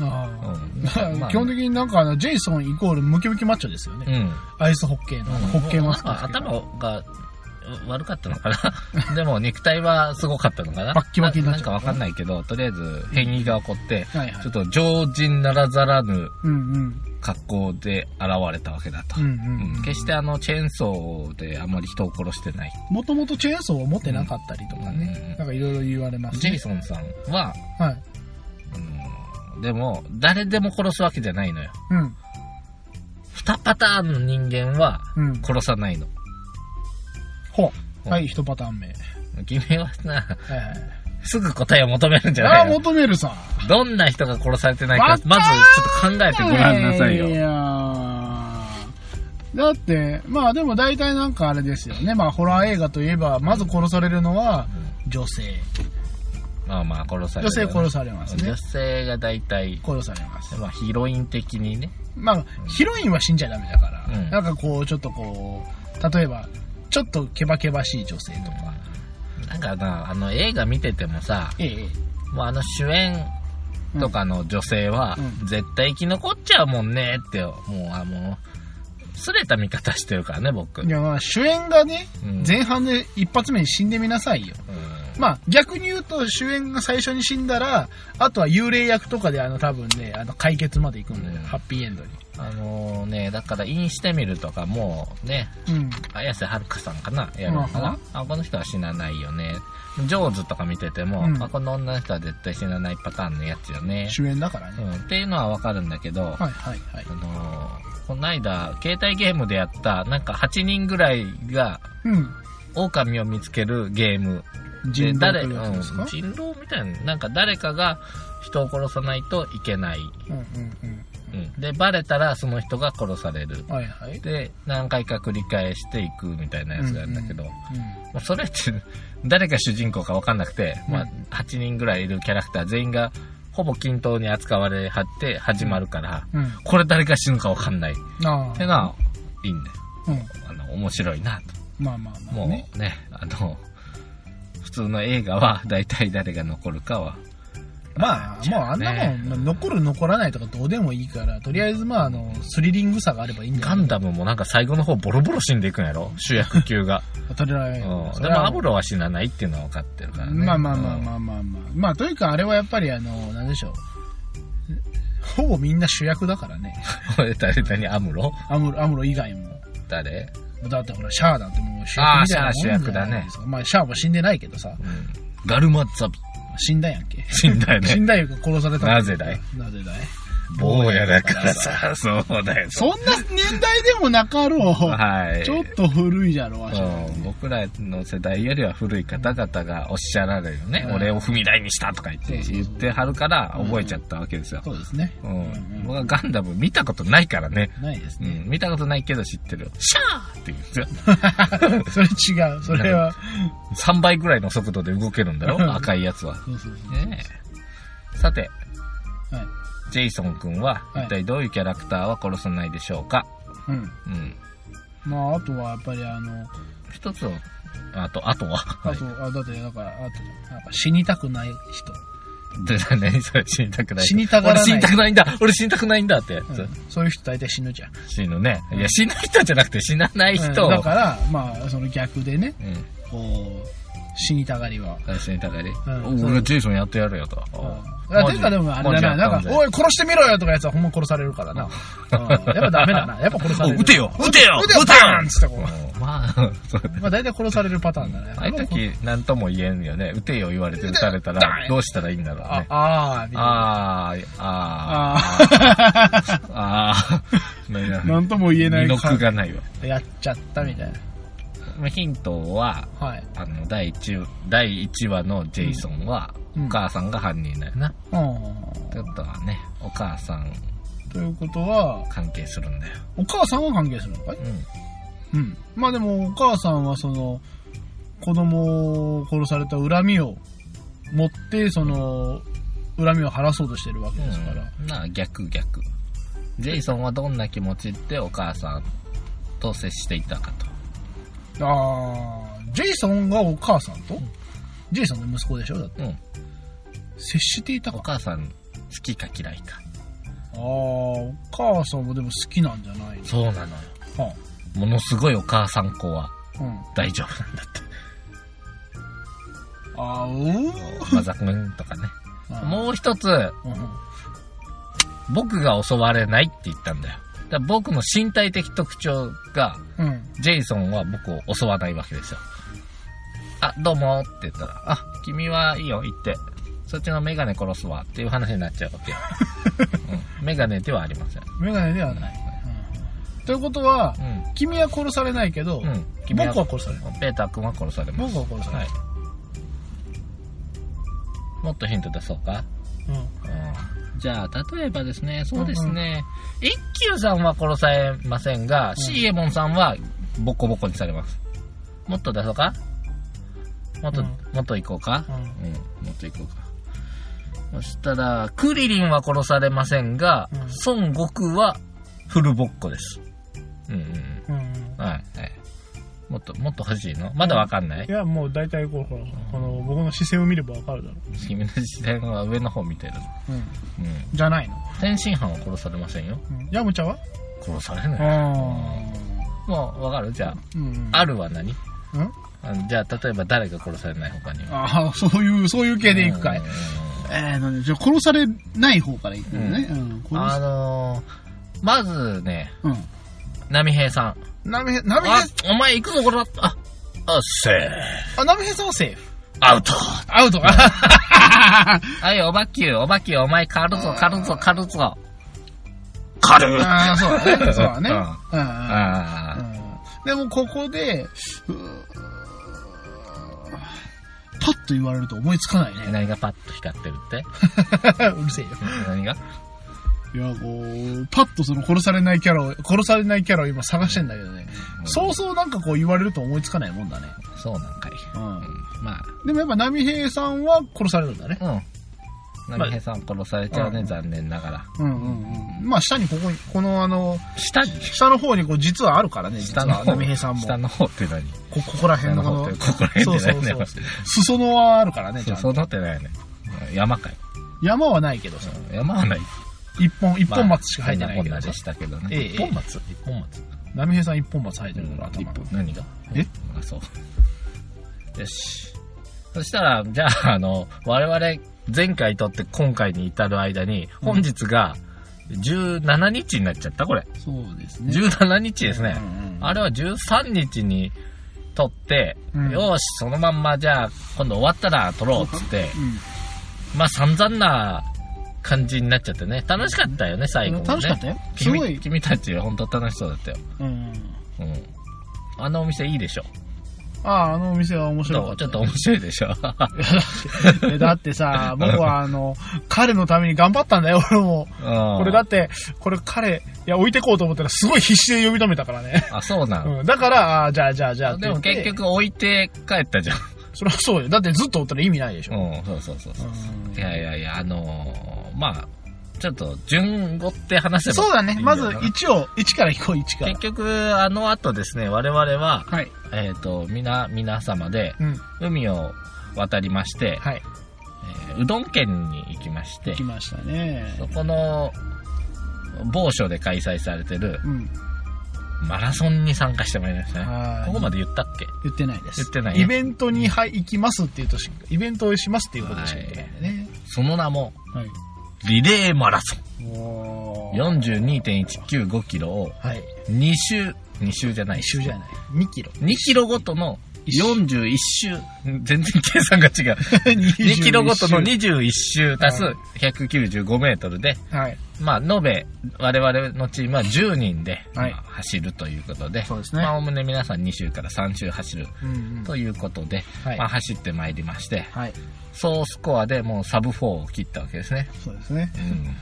Speaker 1: あ
Speaker 2: うん。
Speaker 1: あ。
Speaker 2: まあ
Speaker 1: 基本的になんかあの、ジェイソンイコールムキムキマッチョですよ
Speaker 2: う
Speaker 1: ね。
Speaker 2: ん。
Speaker 1: アイスホッケーの、ホッケーマスク
Speaker 2: なん
Speaker 1: です
Speaker 2: か
Speaker 1: けど。
Speaker 2: 頭が悪かったのかな でも肉体はすごかったのかな
Speaker 1: バッキバキになっちゃう
Speaker 2: な
Speaker 1: ん
Speaker 2: かわかんないけど、とりあえず変異が起こって、
Speaker 1: はいはい
Speaker 2: ちょっと常人ならざらぬ
Speaker 1: うんうん。
Speaker 2: 格好で現れたわけだと。
Speaker 1: うんう
Speaker 2: うん
Speaker 1: ん。
Speaker 2: 決してあの、チェーンソーであまり人を殺してない。
Speaker 1: もともとチェーンソーを持ってなかったりとか
Speaker 2: うんう
Speaker 1: ね
Speaker 2: ん。
Speaker 1: なんかいろいろ言われます
Speaker 2: ジェイ
Speaker 1: ね。
Speaker 2: ソンさんは、
Speaker 1: はい。
Speaker 2: うんでも、誰でも殺すわけじゃないのよ。
Speaker 1: うん。
Speaker 2: 二パターンの人間は
Speaker 1: うん。
Speaker 2: 殺さないの。
Speaker 1: ほう。はい、一パターン目。はい
Speaker 2: 君はな、
Speaker 1: はい。
Speaker 2: すぐ答えを求めるんじゃ
Speaker 1: あ
Speaker 2: な
Speaker 1: あ、
Speaker 2: いの
Speaker 1: 求めるさ。
Speaker 2: どんな人が殺されてない
Speaker 1: わ
Speaker 2: か
Speaker 1: か、んな
Speaker 2: ま
Speaker 1: い
Speaker 2: ずちょっと考えてごらんなさいよ。
Speaker 1: やーだって、まあでも大体なんかあれですよね。まあホラー映画といえば、まず殺されるのは女性。
Speaker 2: まあまあ、殺さ
Speaker 1: 女
Speaker 2: れるよ
Speaker 1: 性
Speaker 2: ね、
Speaker 1: 殺されますね
Speaker 2: 女。性が大体、
Speaker 1: 殺されます。
Speaker 2: まあ、ヒロイン的にね。
Speaker 1: まあ、ヒロインは死んじゃダメだから、
Speaker 2: うん
Speaker 1: なんかこう、ちょっとこう、例えば、ちょっとケバケバしい女性とか。
Speaker 2: なんかな、あの映画見ててもさ、
Speaker 1: ええ、
Speaker 2: もうあの主演とかの女性は
Speaker 1: う、
Speaker 2: 絶対生き残っちゃうもんねって、もう、あの、すれた見方してるからね、僕。
Speaker 1: いや、まあ主演がね、
Speaker 2: うん
Speaker 1: 前半で一発目に死んでみなさいよ。
Speaker 2: うん
Speaker 1: まあ、逆に言うと、主演が最初に死んだら、あとは幽霊役とかで、あの、多分ね、あの、解決まで行くんだよ。
Speaker 2: うん
Speaker 1: ハッピーエンドに。
Speaker 2: あのね、だから、インしてみるとかも、ね、
Speaker 1: うん。
Speaker 2: 綾瀬はるかさんかなやるのか
Speaker 1: うんう、
Speaker 2: なんあこの人は死なないよねジョーズとか見てても、
Speaker 1: うん
Speaker 2: あこの女の人は絶対死なないパターンのやつよね、
Speaker 1: 主演だから
Speaker 2: う
Speaker 1: ね。
Speaker 2: ん、っていうのはわかるんだけど、
Speaker 1: はいはいはい
Speaker 2: あ。のーこの間携帯ゲームでやったなんか8人ぐらいが
Speaker 1: う
Speaker 2: 狼を見つけるゲーム
Speaker 1: ん。
Speaker 2: で
Speaker 1: 人狼
Speaker 2: 誰
Speaker 1: というやつです
Speaker 2: う
Speaker 1: か
Speaker 2: ん、人狼みたいななんか誰かが人を殺さないといけない、
Speaker 1: うんうん
Speaker 2: うん、でバレたらその人が殺される
Speaker 1: うん。はいはい。
Speaker 2: で何回か繰り返していくみたいなやつがあるんだけど、
Speaker 1: うん。
Speaker 2: もうそれって 誰が主人公か分かんなくて、ま
Speaker 1: う
Speaker 2: あ
Speaker 1: ん、
Speaker 2: 8人ぐらいいるキャラクター全員がほぼ均等に扱われはって始まるから、
Speaker 1: うん。
Speaker 2: これ誰が死ぬか分かんないっ
Speaker 1: あ
Speaker 2: て
Speaker 1: あ。
Speaker 2: のはいいんだよ
Speaker 1: うん。
Speaker 2: あの面白いな
Speaker 1: まあまあ
Speaker 2: と
Speaker 1: ま
Speaker 2: も
Speaker 1: あ
Speaker 2: う
Speaker 1: ね。
Speaker 2: ねあの普通の映画は大体誰が残るかは
Speaker 1: まあ、もうあんなもん、
Speaker 2: ね
Speaker 1: まあ残る残らないとかどうでもいいから、とりあえずまあ、あの、スリリングさがあればいいんじ
Speaker 2: ガ
Speaker 1: ゃない
Speaker 2: ンダムもなんか最後の方ボロボロ死んでいくんやろ主役級 が、
Speaker 1: とりあ
Speaker 2: う
Speaker 1: えず。
Speaker 2: ん
Speaker 1: そ
Speaker 2: で
Speaker 1: れは
Speaker 2: もアブロは死なないっていうのは分かってるからね
Speaker 1: まあまあまあ
Speaker 2: あ、
Speaker 1: まあまあまあ。まあというかあれはやっぱりあの、なんでしょう。ほぼみんな主役だからね。
Speaker 2: うん、誰々にアムロ
Speaker 1: アムロ、アムロ以外も。
Speaker 2: 誰、
Speaker 1: だってほら、シャアだってもう主役
Speaker 2: ああ
Speaker 1: みたいなもんじゃない
Speaker 2: シャア主役だね
Speaker 1: まあシャアも死んでないけどさ、
Speaker 2: うん、ガルマッツァビ
Speaker 1: 死んだやんけ。
Speaker 2: 死んだよ
Speaker 1: 死
Speaker 2: ね。
Speaker 1: んだよ殺された。
Speaker 2: なぜだい
Speaker 1: なぜだい
Speaker 2: 坊やだからさ、 そうだよ。
Speaker 1: そんな年代でもなかろう。
Speaker 2: はい。
Speaker 1: ちょっと古いじゃろ、わし。
Speaker 2: うん僕らの世代よりは古い方々がおっしゃられるよね。
Speaker 1: うん
Speaker 2: 俺を踏み台にしたとか言って、
Speaker 1: そうそうそう
Speaker 2: 言ってはるから覚えちゃったわけですよ。
Speaker 1: そうですね。
Speaker 2: うん。
Speaker 1: うん
Speaker 2: 僕はガンダム見たことないからね。
Speaker 1: ないです
Speaker 2: う
Speaker 1: ね。
Speaker 2: ん、見たことないけど知ってる。シャーって言うんで すよ。
Speaker 1: それ違う。それは。
Speaker 2: 3倍ぐらいの速度で動けるんだろ
Speaker 1: うん
Speaker 2: 赤いやつは。
Speaker 1: そうそうそう。
Speaker 2: ねえさて、
Speaker 1: はい。
Speaker 2: ジェイソン君は一体どういうキャラクターは殺さないでしょうか、
Speaker 1: うん。
Speaker 2: うん。
Speaker 1: まああとはやっぱりあの、
Speaker 2: 一つの、あと、あとは、は
Speaker 1: あ
Speaker 2: い
Speaker 1: と、あだって、だから、あと、なんか死にたくない人。
Speaker 2: で、何それ死にたくない。
Speaker 1: 死にたがらない
Speaker 2: 俺死にたくないんだ俺死にたくないんだってやつ。
Speaker 1: そういう人大体死ぬじゃん。
Speaker 2: 死ぬね。いや、死ぬ人じゃなくて死なない人
Speaker 1: うん
Speaker 2: を。
Speaker 1: だから、まあ、その逆でね、
Speaker 2: うん。
Speaker 1: こ死にたがりは。
Speaker 2: 会社にたがり、
Speaker 1: ん
Speaker 2: お俺ジェイソンやってやるよと。
Speaker 1: だからてかでもあれだな、なんか、お
Speaker 2: い
Speaker 1: い、殺してみろよとかやつはほんま殺されるからな。うんやっぱダメだな。やっぱ殺さ れる。
Speaker 2: 撃てよ撃てよ
Speaker 1: 撃てよバーンっつってこう。
Speaker 2: まあ、 そう
Speaker 1: まあ大体殺されるパターンだ ね。
Speaker 2: ああいう時、なんとも言えんよね。撃てよ言われて撃たれた
Speaker 1: 撃てよダー
Speaker 2: ら、
Speaker 1: ン
Speaker 2: どうしたらいいんだろう
Speaker 1: あ
Speaker 2: ね、。
Speaker 1: あー、みたいな。
Speaker 2: あー、
Speaker 1: あ
Speaker 2: あー、あ ー、なん
Speaker 1: あ。なんとも言えない
Speaker 2: 二の
Speaker 1: 感
Speaker 2: 句がないわ。
Speaker 1: やっちゃったみたい
Speaker 2: まあヒントは、
Speaker 1: な。はい。
Speaker 2: あの、第一第1話のジェイソンは、
Speaker 1: うん
Speaker 2: お母さんが犯人だよな。
Speaker 1: うん
Speaker 2: ってことはね、お母さん
Speaker 1: ということは、
Speaker 2: 関係するんだよ。
Speaker 1: お母さんは関係するのかい
Speaker 2: うん。
Speaker 1: うん。まあでも、お母さんはその、子供を殺された恨みを持って、その、恨みを晴らそうとしてるわけですから。
Speaker 2: うん、なあ逆逆ジェイソンはどんな気持ちでお母さんと接していたかと
Speaker 1: あージェイソンがお母さんと、ジェイソンの息子でしょだって。
Speaker 2: うん
Speaker 1: 接していた
Speaker 2: お
Speaker 1: か。
Speaker 2: 母さん好きか嫌いか
Speaker 1: あーお母さんもでも好きなんじゃないの
Speaker 2: そうなのよ
Speaker 1: は
Speaker 2: ものすごいお母さん子は
Speaker 1: あ、うん。
Speaker 2: 大丈夫なんだって
Speaker 1: あーうー
Speaker 2: マザコンとかね
Speaker 1: あー
Speaker 2: もう一つ
Speaker 1: うんうん
Speaker 2: 僕が襲われないって言ったんだよだから僕の身体的特徴が
Speaker 1: うん。
Speaker 2: ジェイソンは僕を襲わないわけですよあどうもって言ったらあ君はいいよ行ってそっちのメガネ殺すわっていう話になっちゃう わけよ、うん、メガネではありません
Speaker 1: メガネではない。うんということは、
Speaker 2: う
Speaker 1: 君は殺されないけど、
Speaker 2: ん。うん。
Speaker 1: 僕は殺される。
Speaker 2: ペーター君は殺されます。
Speaker 1: 僕は殺されな
Speaker 2: は
Speaker 1: い
Speaker 2: い。。もっとヒント出そうか。
Speaker 1: うん
Speaker 2: うん。じゃあ、例えばですね、そうですね、一休さんは殺されませんが、シーエモンさんはボコボコにされます。もっと出そうかもっと、
Speaker 1: うん
Speaker 2: もっと行こうか
Speaker 1: うん
Speaker 2: うん、もっと行こうか。そしたら、クリリンは殺されませんが、
Speaker 1: うん
Speaker 2: 孫悟空はフルボッコです。うんうんうん。
Speaker 1: うん
Speaker 2: はい、はい。もっと、もっと欲しいのまだわかんない
Speaker 1: い、や、もう大体こう、ほらこの、僕の視線を見ればわかるだろ
Speaker 2: 君の視線は上の方見てる。
Speaker 1: う。うん。
Speaker 2: うん。
Speaker 1: じゃないの。
Speaker 2: 天津飯は殺されませんよ。
Speaker 1: うん。ヤムチャは
Speaker 2: 殺されない。
Speaker 1: あ
Speaker 2: もう、わかるじゃ
Speaker 1: ーうん。
Speaker 2: あ、あるは何
Speaker 1: うん
Speaker 2: あじゃあ、例えば誰が殺されない他には。
Speaker 1: ああ、そういう、そういう系でいくかい
Speaker 2: うん。
Speaker 1: えーのね、じゃあ殺されない方からいくのね。うん。
Speaker 2: あ
Speaker 1: 殺す。
Speaker 2: のー、まずね、
Speaker 1: うん。
Speaker 2: 波平さん。
Speaker 1: ナメヘ、ナメヘ
Speaker 2: あ、お前行くぞ、これは。あ、あ、せー、
Speaker 1: あ、ナメヘさんはセーフ。
Speaker 2: アウト。
Speaker 1: アウトか。
Speaker 2: はい、おばきゅう、おばきゅう、お前狩るぞ、狩るぞ、狩るぞ。狩る
Speaker 1: ああ、 そうだね。そうだね。うんうんう
Speaker 2: うん
Speaker 1: ん。
Speaker 2: あ
Speaker 1: う
Speaker 2: あ、
Speaker 1: んでもここで、うーパッと言われると思いつかないね。
Speaker 2: 何がパッと光ってるって
Speaker 1: うるせえよ。
Speaker 2: 何が
Speaker 1: いや、こう、パッとその殺されないキャラを、殺されないキャラを今探してんだけどね。そうそうなんかこう言われると思いつかないもんだね。
Speaker 2: そうなんかい。
Speaker 1: うん。
Speaker 2: ま
Speaker 1: でもやっぱ波平さんは殺されるんだね。
Speaker 2: あ、うん。波平さん殺されちゃうね、残念ながら。
Speaker 1: うんうんうん。まあ下にここに、このあの、
Speaker 2: 下に
Speaker 1: 下の方にこう実はあるからね、実
Speaker 2: 下の
Speaker 1: は
Speaker 2: 方。
Speaker 1: 波平さんも。
Speaker 2: 下の方って何
Speaker 1: こここら辺のこの
Speaker 2: 下の方ってここら辺じゃないね
Speaker 1: そうそうそう。裾野はあるからね、ち
Speaker 2: そ
Speaker 1: ゃ
Speaker 2: うんそ
Speaker 1: と
Speaker 2: うなってないよね。山かい。
Speaker 1: 山はないけどさ。
Speaker 2: 山はない。
Speaker 1: 一本、一
Speaker 2: まあ
Speaker 1: 本松しか生えてないけ
Speaker 2: こん
Speaker 1: ど
Speaker 2: な
Speaker 1: さ
Speaker 2: で。したけど
Speaker 1: ええ
Speaker 2: ね。一本松一本松
Speaker 1: 波平さん一本松生えてるから、頭。
Speaker 2: 一本何が
Speaker 1: え
Speaker 2: あ、そう。よし。そしたら、じゃあ、あの、我々、前回とって今回に至る間に、本日が17日になっちゃったこれ。
Speaker 1: そうですね。
Speaker 2: 17日ですね。
Speaker 1: うんうん
Speaker 2: あれは13日に撮って、
Speaker 1: うん
Speaker 2: よーし、そのまんまじゃあ、今度終わったら撮ろうっつって、
Speaker 1: うん
Speaker 2: まあ散々な感じになっちゃってね、楽しかったよね、最後、ね。
Speaker 1: 楽しかったよ。すごい
Speaker 2: 君。君たち、本当楽しそうだったよ。
Speaker 1: うん。
Speaker 2: うん。あのお店いいでしょ。
Speaker 1: ああ、あのお店は面
Speaker 2: ち
Speaker 1: 白
Speaker 2: ょ
Speaker 1: か
Speaker 2: っと
Speaker 1: っ
Speaker 2: ち
Speaker 1: た
Speaker 2: ょ
Speaker 1: よ。
Speaker 2: っと面白いで しょ。
Speaker 1: い やだってさ、僕はあの、彼のために頑張ったんだよ、 俺も。こ
Speaker 2: こ
Speaker 1: れだって、これ彼、いや、置いてこうと思ったらすごい必死で呼び止めたからね。
Speaker 2: あ、そうなの。
Speaker 1: うん。だから、あーじゃあじゃあじゃあって
Speaker 2: で
Speaker 1: 言
Speaker 2: も
Speaker 1: って
Speaker 2: 結。局置いて帰ったじゃん。
Speaker 1: それはそうよ。だってずっとおったら意味ないでしょ。
Speaker 2: うん、そうそうそうそう。
Speaker 1: うん
Speaker 2: いやいやいや、あのー、まあ、ちょっと、順語って話せば
Speaker 1: そうだ
Speaker 2: いい
Speaker 1: ね。
Speaker 2: ん
Speaker 1: ま
Speaker 2: よ
Speaker 1: ず
Speaker 2: な
Speaker 1: 1を、1から行こう、1から
Speaker 2: 結。局、あの後ですね、我々は、
Speaker 1: はい。
Speaker 2: えっ、と、みな、皆様で、
Speaker 1: うん。
Speaker 2: 海を渡りまして、
Speaker 1: はい。
Speaker 2: えーうどん県に行きまして
Speaker 1: 来、ましたね。
Speaker 2: そこの、某所で開催されてる、
Speaker 1: うん。
Speaker 2: マラソンに参加してまいりましたね
Speaker 1: はい
Speaker 2: ここまで言ったっけ
Speaker 1: 言ってないです
Speaker 2: 言ってないね
Speaker 1: イベントに、はい、行きますっていうとしイベントをしますっていうことでしか言ってないんでね
Speaker 2: その名も
Speaker 1: はい、
Speaker 2: リレーマラソン
Speaker 1: おー
Speaker 2: 42.195キロを
Speaker 1: はい
Speaker 2: 2周2周じゃない
Speaker 1: 一周じゃない2キロ
Speaker 2: 2キロごとの41周全然計算が違う2
Speaker 1: 2
Speaker 2: キロごとの
Speaker 1: 2
Speaker 2: 21周足す195メートルで
Speaker 1: はい
Speaker 2: まあ延べ我々のチームは10人で、
Speaker 1: はい
Speaker 2: まあ走るということで
Speaker 1: そうですね
Speaker 2: まあおおむね皆さん2周から3周走る
Speaker 1: うんうん
Speaker 2: ということで、
Speaker 1: はい
Speaker 2: まあ、走ってまいりまして
Speaker 1: はい
Speaker 2: 総スコアでもうサブ4を切ったわけですね
Speaker 1: そうですね
Speaker 2: うん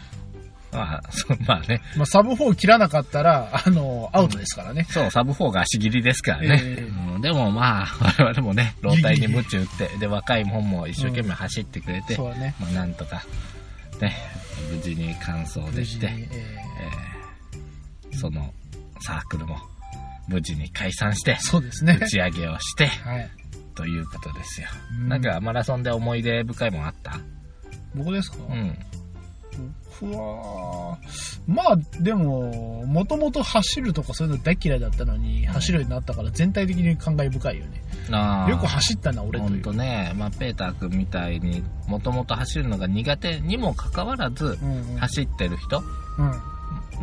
Speaker 2: まあそうまあね
Speaker 1: まあ、サブ4切らなかったら、あの、アウトですからね。
Speaker 2: そう、サブ4が足切りですからね。
Speaker 1: ええ
Speaker 2: うんでもまあ、我々もね、老体に鞭打って、で、若いもんも一生懸命走ってくれて、
Speaker 1: そうだね。
Speaker 2: まあ、なんとか、ね、無事に完走できて、
Speaker 1: 無事にえ
Speaker 2: えーそのサークルも無事に解散して
Speaker 1: ー、そうですね
Speaker 2: 打。ち上げをして、
Speaker 1: はい。
Speaker 2: ということですよ。
Speaker 1: うん
Speaker 2: なんか、マラソンで思い出深いもんあった
Speaker 1: 僕ですか、
Speaker 2: うん。
Speaker 1: 僕は、まあ、でも、もともと走るとかそういうの大嫌いだったのに、走るようになったから全体的に感慨深いよね。
Speaker 2: あー
Speaker 1: よく走ったな、俺
Speaker 2: ほ
Speaker 1: とい
Speaker 2: ん
Speaker 1: う。
Speaker 2: とね、まあ、ペーター君みたいにもともと走るのが苦手にもかかわらず
Speaker 1: うんうん
Speaker 2: 走ってる人、
Speaker 1: うん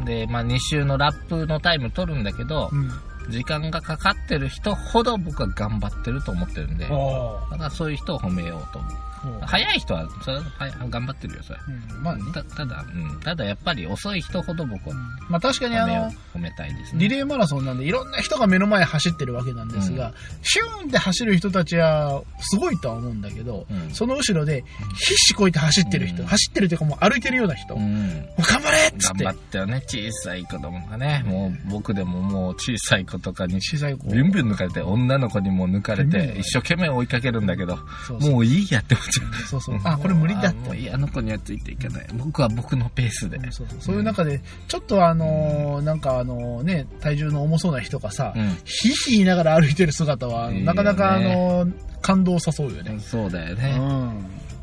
Speaker 2: で、まあ、2周のラップのタイム取るんだけど、
Speaker 1: うん
Speaker 2: 時間がかかってる人ほど僕は頑張ってると思ってるんで、だ
Speaker 1: あ
Speaker 2: からそういう人を褒めようと思う。
Speaker 1: あもう
Speaker 2: 早い人は、それははい頑張ってるよ、それ。
Speaker 1: うんまあね、
Speaker 2: たただ、うん、ただやっぱり遅い人ほど僕は
Speaker 1: まあ確かにあ
Speaker 2: 褒めよう
Speaker 1: の、
Speaker 2: 褒めたいです
Speaker 1: リ
Speaker 2: ね。
Speaker 1: レーマラソンなんでいろんな人が目の前走ってるわけなんですが、シューンって走る人たちはすごいとは思うんだけど、
Speaker 2: うん
Speaker 1: その後ろで必死こいて走ってる人、
Speaker 2: うん
Speaker 1: 走ってるというかもう歩いてるような人、
Speaker 2: う
Speaker 1: も
Speaker 2: ん
Speaker 1: う頑張れっつっ
Speaker 2: 頑
Speaker 1: て
Speaker 2: 張ってよね、小さい子供がね、もう僕でももう小さい子とかに
Speaker 1: 小さい子
Speaker 2: ビュンビュン抜かれて、女の子にも抜かれ
Speaker 1: ビュンビュン抜かれ
Speaker 2: て、
Speaker 1: て
Speaker 2: 一生懸命追いかけるんだけど、
Speaker 1: そうそう
Speaker 2: もういいやって思っちゃ う。
Speaker 1: そうそうあこれ無理だ
Speaker 2: あ
Speaker 1: っ
Speaker 2: も
Speaker 1: て
Speaker 2: ういいあの子にはついていけない。僕は僕のペースで。
Speaker 1: うんそうそうそういう中で、ちょっとあのーなんかあのーね、体重の重そうな人がさ、
Speaker 2: うん
Speaker 1: ヒーヒー言いながら歩いてる姿は、
Speaker 2: いいよね
Speaker 1: なかなかあのー感動を誘うよね。
Speaker 2: そうだよ
Speaker 1: う
Speaker 2: ね。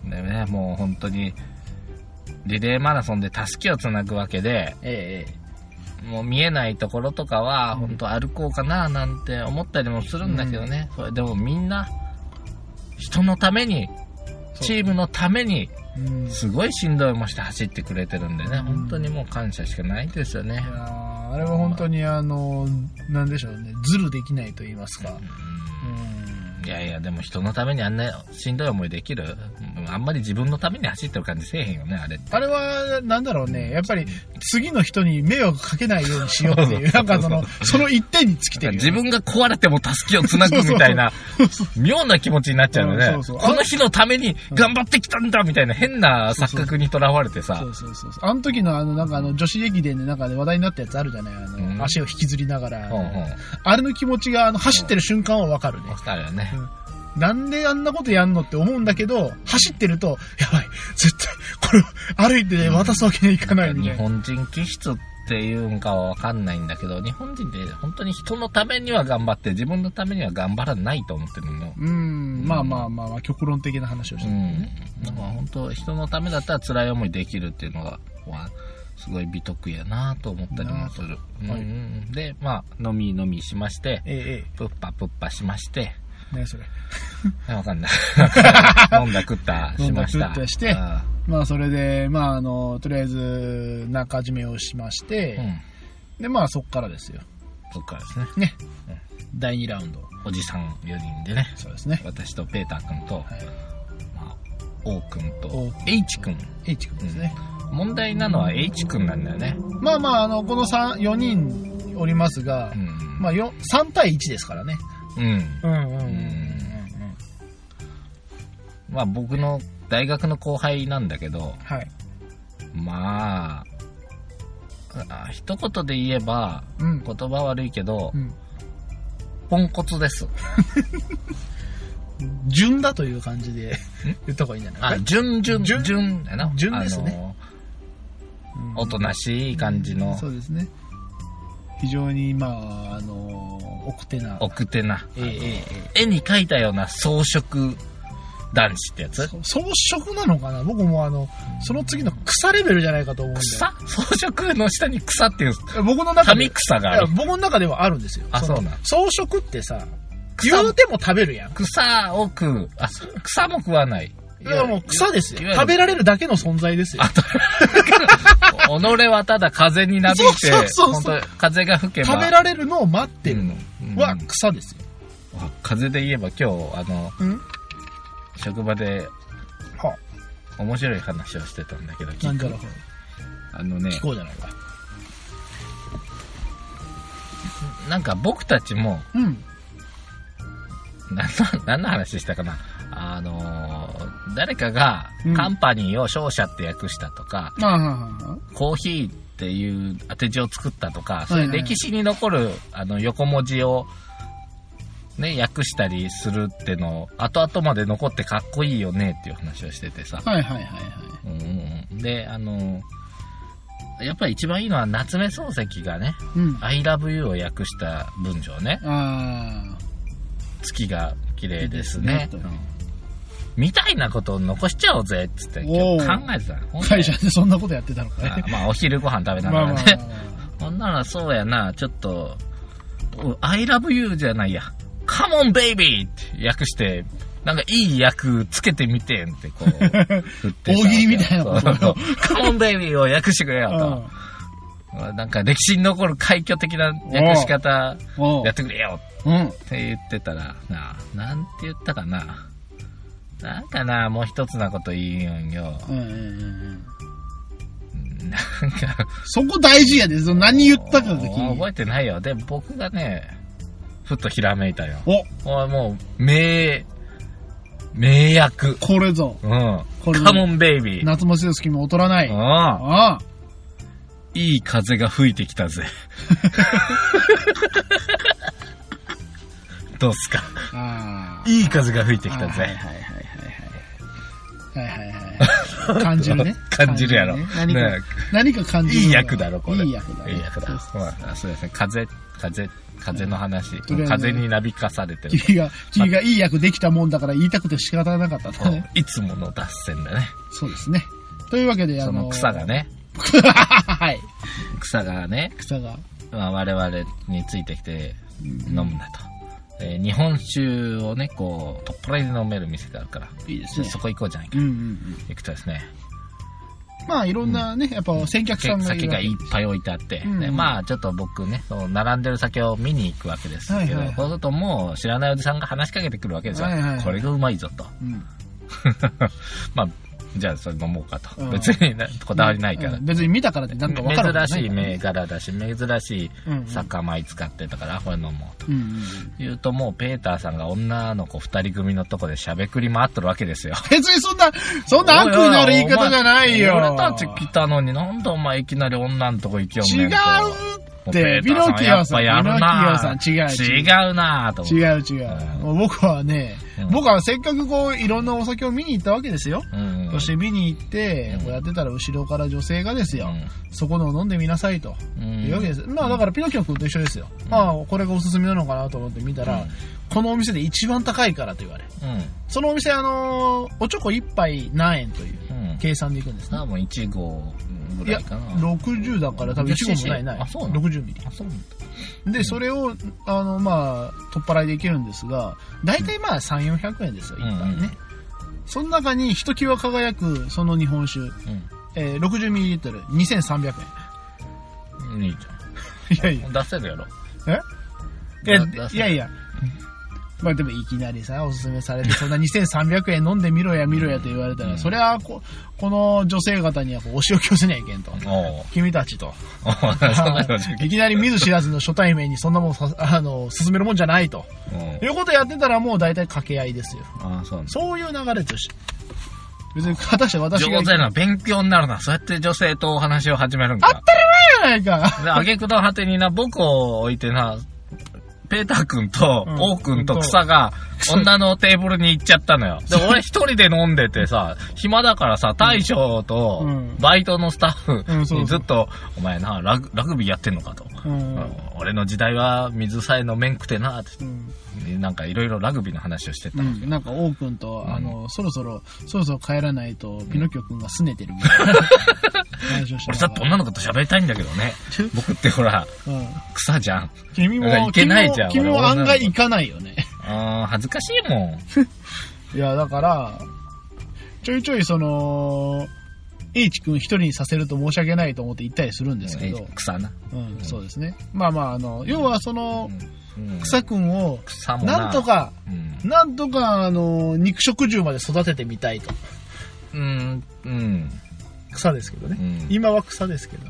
Speaker 1: ん。
Speaker 2: でね、もう本当に、リレーマラソンでたすきをつなぐわけで、
Speaker 1: ええ
Speaker 2: もう見えないところとかは、本当歩こうかななんて思ったりもするんだけどね。それでもみんな、人のために、
Speaker 1: そう
Speaker 2: チームのために、
Speaker 1: うん。い
Speaker 2: すごいしんどいもして走ってくれてるんでね、
Speaker 1: うん
Speaker 2: 本当にもう感謝しかないですよね
Speaker 1: や。ーあれは本当にあのーなんでしょうね、ズルできないと言いますか。うん
Speaker 2: いやいや、でも人のためにあんなしんどい思いできるうんあんまり自分のために走ってる感じせえへんよね、あれって。
Speaker 1: あれは、なんだろうね、やっぱり、次の人に迷惑かけないようにしようっていう、なんかその、その一点に尽きてるよね、
Speaker 2: 自分が壊れても助けをつなぐみたいな、妙な気持ちになっちゃうよね。
Speaker 1: うんそうそう
Speaker 2: この日のために頑張ってきたんだみたいな変な錯覚にとらわれてさ
Speaker 1: そ。うそうそうそう。あの時のあの、なんかあの、女子駅伝でなんかで話題になったやつあるじゃないあの、
Speaker 2: うん
Speaker 1: 足を引きずりながら、
Speaker 2: うんうん。
Speaker 1: あれの気持ちが、あの、走ってる瞬間はわかるね。
Speaker 2: わかるよね。
Speaker 1: なんであんなことやんのって思うんだけど、走ってると、やばい、絶対、これ、歩いて渡すわけにはいかないみ
Speaker 2: 日
Speaker 1: たいな。
Speaker 2: 本人気質っていうんかはわかんないんだけど、日本人って本当に人のためには頑張って、自分のためには頑張らないと思ってるの。
Speaker 1: うん、まあまあまあまあ、極論的な話をして
Speaker 2: う
Speaker 1: る
Speaker 2: ん
Speaker 1: ね。、
Speaker 2: なんか本当人のためだったら辛い思いできるっていうのがわすごい美徳やなと思ったりもする、うん
Speaker 1: はい
Speaker 2: うん、でまあ飲み飲みしまして
Speaker 1: ええ、
Speaker 2: プッパプッパしまして
Speaker 1: ええ、ねそれ。
Speaker 2: わかん ない飲んだ食ったしました
Speaker 1: 飲んだ食ったして
Speaker 2: あ
Speaker 1: まあ、それで、まあ、あの、とりあえず、中締めをしまし
Speaker 2: ーう
Speaker 1: て、
Speaker 2: ん
Speaker 1: で、まあ、そっからですよ。
Speaker 2: そっからですね
Speaker 1: ね。第2ラウンド。
Speaker 2: おじさん4人でね
Speaker 1: そうですね。
Speaker 2: 私とペーター君と、
Speaker 1: はい。
Speaker 2: まあ、王君と
Speaker 1: 王
Speaker 2: H 君
Speaker 1: H 君ですね。
Speaker 2: 問題なのは H 君なんだよね、
Speaker 1: まあまあ、あの、この3、4人おりますが、
Speaker 2: うん
Speaker 1: まあよ、3対1ですからね。
Speaker 2: うん、
Speaker 1: うんうんうん
Speaker 2: うんまあ僕の大学の後輩なんだけど、
Speaker 1: はい。
Speaker 2: まあ、あ一言で言えば、
Speaker 1: うん
Speaker 2: 言葉悪いけど
Speaker 1: う、ん。
Speaker 2: ポンコツです。
Speaker 1: 順だという感じで言った方がいいんじゃな
Speaker 2: あ
Speaker 1: い、
Speaker 2: 順々、
Speaker 1: 順
Speaker 2: 順やな。
Speaker 1: 順ですね
Speaker 2: あの。おとなしい感じの
Speaker 1: そ、うですね。非常に、まあ、あの、奥手な。
Speaker 2: 奥手な、
Speaker 1: えええええ
Speaker 2: 絵に描いたような装飾男子ってやつ
Speaker 1: 草食なのかな僕もあの、その次の草レベルじゃないかと思うんで。
Speaker 2: 草装飾の下に草っていうんです
Speaker 1: いや僕の中で。
Speaker 2: 紙草がある
Speaker 1: いや僕の中ではあるんですよ。
Speaker 2: あ
Speaker 1: の
Speaker 2: そうなん
Speaker 1: 草食ってさ、
Speaker 2: 草
Speaker 1: 言うても食べるやん。
Speaker 2: 草を食う。あ、草も食わない。
Speaker 1: いやもう草ですよ
Speaker 2: いわ。ゆる
Speaker 1: 食べられるだけの存在ですよ。
Speaker 2: 己はただ風になびいて、
Speaker 1: そうそうそうそう
Speaker 2: 本当に風が吹けば。
Speaker 1: 食べられるのを待ってるの
Speaker 2: うん
Speaker 1: は
Speaker 2: うん
Speaker 1: 草ですよ。
Speaker 2: あ風で言えば今日、あの、
Speaker 1: うん
Speaker 2: 職場で
Speaker 1: は
Speaker 2: 面白い話をしてたんだけど、
Speaker 1: あ、なんだろう。
Speaker 2: あのね
Speaker 1: 聞、こうじゃないか。
Speaker 2: なんか僕たちも、
Speaker 1: うん。
Speaker 2: 何の何の話したかなあのー誰かが
Speaker 1: うん
Speaker 2: カンパニーを商社って訳したとか、
Speaker 1: ああ、
Speaker 2: コーヒーっていう当て字を作ったとか、
Speaker 1: い
Speaker 2: そういう歴史に残るあの横文字を、ね、訳したりするってのを、後々まで残ってかっこいいよねっていう話をしててさ。
Speaker 1: はいはいはいはい。
Speaker 2: うんうんうん、で、あのーやっぱり一番いいのは夏目漱石がね、
Speaker 1: うん。
Speaker 2: I love you を訳した文章ね。
Speaker 1: あ
Speaker 2: 月が綺麗ですね。
Speaker 1: いいですね
Speaker 2: うんみたいなことを残しちゃおうぜっつって
Speaker 1: お
Speaker 2: 今日
Speaker 1: ー
Speaker 2: 考えてたの
Speaker 1: あ、会社でそんなことやってたのか
Speaker 2: あ
Speaker 1: ね。
Speaker 2: まあお昼ご飯食べ
Speaker 1: まあ
Speaker 2: なが
Speaker 1: まあ
Speaker 2: ら
Speaker 1: ま
Speaker 2: ね。ほんならそうやな、ちょっと、う I love you じゃないや。カモンベイビーって訳して、なんかいい役つけてみてんって こう、振って
Speaker 1: 大喜利みたいなことを
Speaker 2: カモンベイビーを訳してくれよ
Speaker 1: あ。
Speaker 2: と。なんか歴史に残る快挙的な訳し方
Speaker 1: うん。
Speaker 2: やってくれよ
Speaker 1: うん。
Speaker 2: って言ってたら、なあ、なんて言ったかな。なんかな、もう一つなこと言いよんよ。
Speaker 1: うんうんうんうん。
Speaker 2: なん か、
Speaker 1: そこ大事やで。その何言ったかが気
Speaker 2: お
Speaker 1: に
Speaker 2: 覚えてないよ。で、僕がね、ふっとひらめいたよ。
Speaker 1: お、
Speaker 2: おい、もう、名、名役。
Speaker 1: これぞ。
Speaker 2: うん。
Speaker 1: これ
Speaker 2: カモンベイビー。
Speaker 1: 夏目漱石も劣らない。あ
Speaker 2: うん。
Speaker 1: あ。
Speaker 2: いい風が吹いてきたぜ。 どうっすか
Speaker 1: ああ。
Speaker 2: いい風が吹いてき
Speaker 1: はい
Speaker 2: た
Speaker 1: はい
Speaker 2: ぜ。。
Speaker 1: はいはいはい。はいはいはい。感じるね
Speaker 2: 感じるやろ
Speaker 1: ね何か
Speaker 2: ね、
Speaker 1: 何か感じる。
Speaker 2: いい役だろ、これ。
Speaker 1: いい役だね。
Speaker 2: いい役だ。
Speaker 1: そう
Speaker 2: まあ、そうですね。風、風、風の話。
Speaker 1: りあえずね
Speaker 2: 風になびかされてる。
Speaker 1: 君が、君がいい役できたもんだから言いたくて仕方なかったんだね。
Speaker 2: いつもの脱線だね。
Speaker 1: そうですね。というわけで、あ
Speaker 2: その
Speaker 1: の、
Speaker 2: 草が。ね、
Speaker 1: はい。
Speaker 2: 草がね、
Speaker 1: 草が。
Speaker 2: まあ、我々についてきて飲むんだと。えー日本酒をね、こう、トップライで飲める店があるから、
Speaker 1: いいですね
Speaker 2: そ。こ行こうじゃないか
Speaker 1: うん。うんうん。
Speaker 2: 行くとですね、
Speaker 1: まあ、いろんなね、やっぱ先客さんがい
Speaker 2: 酒
Speaker 1: るわ
Speaker 2: が
Speaker 1: け
Speaker 2: いっぱい置いてあって、
Speaker 1: うん
Speaker 2: でまあちょっと僕ね、その並んでる酒を見に行くわけですけど、
Speaker 1: はいはいはい
Speaker 2: そうするともう知らないおじさんが話しかけてくるわけですよ。
Speaker 1: はいはいはい
Speaker 2: これがうまいぞと。
Speaker 1: うん
Speaker 2: まあ、じゃあそれ飲もうかと。
Speaker 1: うん
Speaker 2: 別になこだわりないから。
Speaker 1: うん別に見たからってなんか分かるわけ
Speaker 2: 珍し
Speaker 1: じ
Speaker 2: い
Speaker 1: ゃない
Speaker 2: 銘柄だし、珍しい
Speaker 1: うんうん
Speaker 2: 酒米使ってたから、これ飲もうと。
Speaker 1: うんうん。
Speaker 2: 言うともうペーターさんが女の子二人組のとこでしゃべくり回ってるわけですよ。
Speaker 1: 別にそんな、そんな悪意のある言い方じゃないよ。
Speaker 2: お前俺たち来たのになんでお前いきなり女のとこ行きよん
Speaker 1: 違う
Speaker 2: ね
Speaker 1: ん
Speaker 2: と。
Speaker 1: って、ピノキオさん、ピ
Speaker 2: や
Speaker 1: ノ
Speaker 2: っぱやるな
Speaker 1: キオさん、違う違う。
Speaker 2: 違うなぁと思って。
Speaker 1: 違う違う。もう僕はね、
Speaker 2: うん
Speaker 1: 僕はせっかくこう、いろんなお酒を見に行ったわけですよ。
Speaker 2: うん
Speaker 1: そして見に行って
Speaker 2: うん、
Speaker 1: こうやってたら後ろから女性がですよ、
Speaker 2: う
Speaker 1: そこのを飲んでみなさいと。
Speaker 2: んうん
Speaker 1: いうわけです。まあだからピノキオ君と一緒ですよ。ああ、これがおすすめなのかなと思って見た
Speaker 2: う
Speaker 1: ら
Speaker 2: ん、
Speaker 1: このお店で一番高いからと言われ。
Speaker 2: うん。
Speaker 1: そのお店、あのーおちょこ一杯何円という
Speaker 2: うん。
Speaker 1: 計算で行くんですね。
Speaker 2: 多分1号ぐ
Speaker 1: いや、
Speaker 2: らいかな。
Speaker 1: 60だから多分1号もないない。
Speaker 2: あそうなの
Speaker 1: 60ミリ。
Speaker 2: あ、そうなんだ。
Speaker 1: で、それを、あの、まあ、取っ払いできるんですが、大体まあ、3、400円ですよ、一杯ね。
Speaker 2: うんうん
Speaker 1: その中に、ひときわ輝く、その日本酒、
Speaker 2: う
Speaker 1: えー、60ml、2300
Speaker 2: ん。いいじ
Speaker 1: 円。いやい
Speaker 2: ゃん。出せる やろ。
Speaker 1: や、えいや
Speaker 2: だだ
Speaker 1: いやいや。まあでもいきなりさ、おすすめされて、そんな2300円飲んでみろや見ろやと言われたら、
Speaker 2: うん
Speaker 1: それはこ、この女性方にはこうお仕置きをせにゃいけんと。
Speaker 2: おう
Speaker 1: 君たちと。
Speaker 2: おう。 そんなこと
Speaker 1: いきなり見ず知らずの初対面にそんなもんさ、 あの、進めるもんじゃないと。
Speaker 2: うん
Speaker 1: いうことやってたらもう大体掛け合いですよ。
Speaker 2: あそうなんだ
Speaker 1: そういう流れとして。別に、果たして私が。
Speaker 2: 上手やな、勉強になるな。そうやって女性とお話を始めるん
Speaker 1: 当た
Speaker 2: か。
Speaker 1: り前やないか。
Speaker 2: で、挙句の果てにな、僕を置いてな、ペーター君と
Speaker 1: うん、
Speaker 2: 王君と草が、女のテーブルに行っちゃっ たのよ。で、俺一人で飲んでてさ、暇だからさ、大将と
Speaker 1: うん、
Speaker 2: バイトのスタッ
Speaker 1: うん
Speaker 2: フ
Speaker 1: そうそう
Speaker 2: にずっと、お前な、ラグラグビーやってんのかと。
Speaker 1: う
Speaker 2: うんん俺の時代は水さえ飲めんくてな、って
Speaker 1: うん
Speaker 2: なんかいろいろラグビーの話をしてた。
Speaker 1: うん、なんか王くんと、
Speaker 2: ん
Speaker 1: あのそろそろそろそろ帰らないとピノキオくんが拗ねてるみた いな話をして
Speaker 2: 俺だって女の子と喋りたいんだけどね。僕ってほら、
Speaker 1: うん、
Speaker 2: 草じゃん。
Speaker 1: 君も
Speaker 2: だから行けないじゃん
Speaker 1: 君も君
Speaker 2: 俺
Speaker 1: も
Speaker 2: 女の子
Speaker 1: 案外行かないよね
Speaker 2: あー恥ずかしいもん。
Speaker 1: いやだからちょいちょいその H 君一人にさせると申し訳ないと思って行ったりするんですけど、
Speaker 2: 草な。
Speaker 1: うん、そうですねまあまああの要はその
Speaker 2: うん
Speaker 1: 草くんを
Speaker 2: 草もな。
Speaker 1: なんと。か
Speaker 2: うん。
Speaker 1: なんとかあの肉食獣まで育ててみたいと
Speaker 2: うん。うん。
Speaker 1: 草ですけどね、
Speaker 2: うん
Speaker 1: 今は草ですけど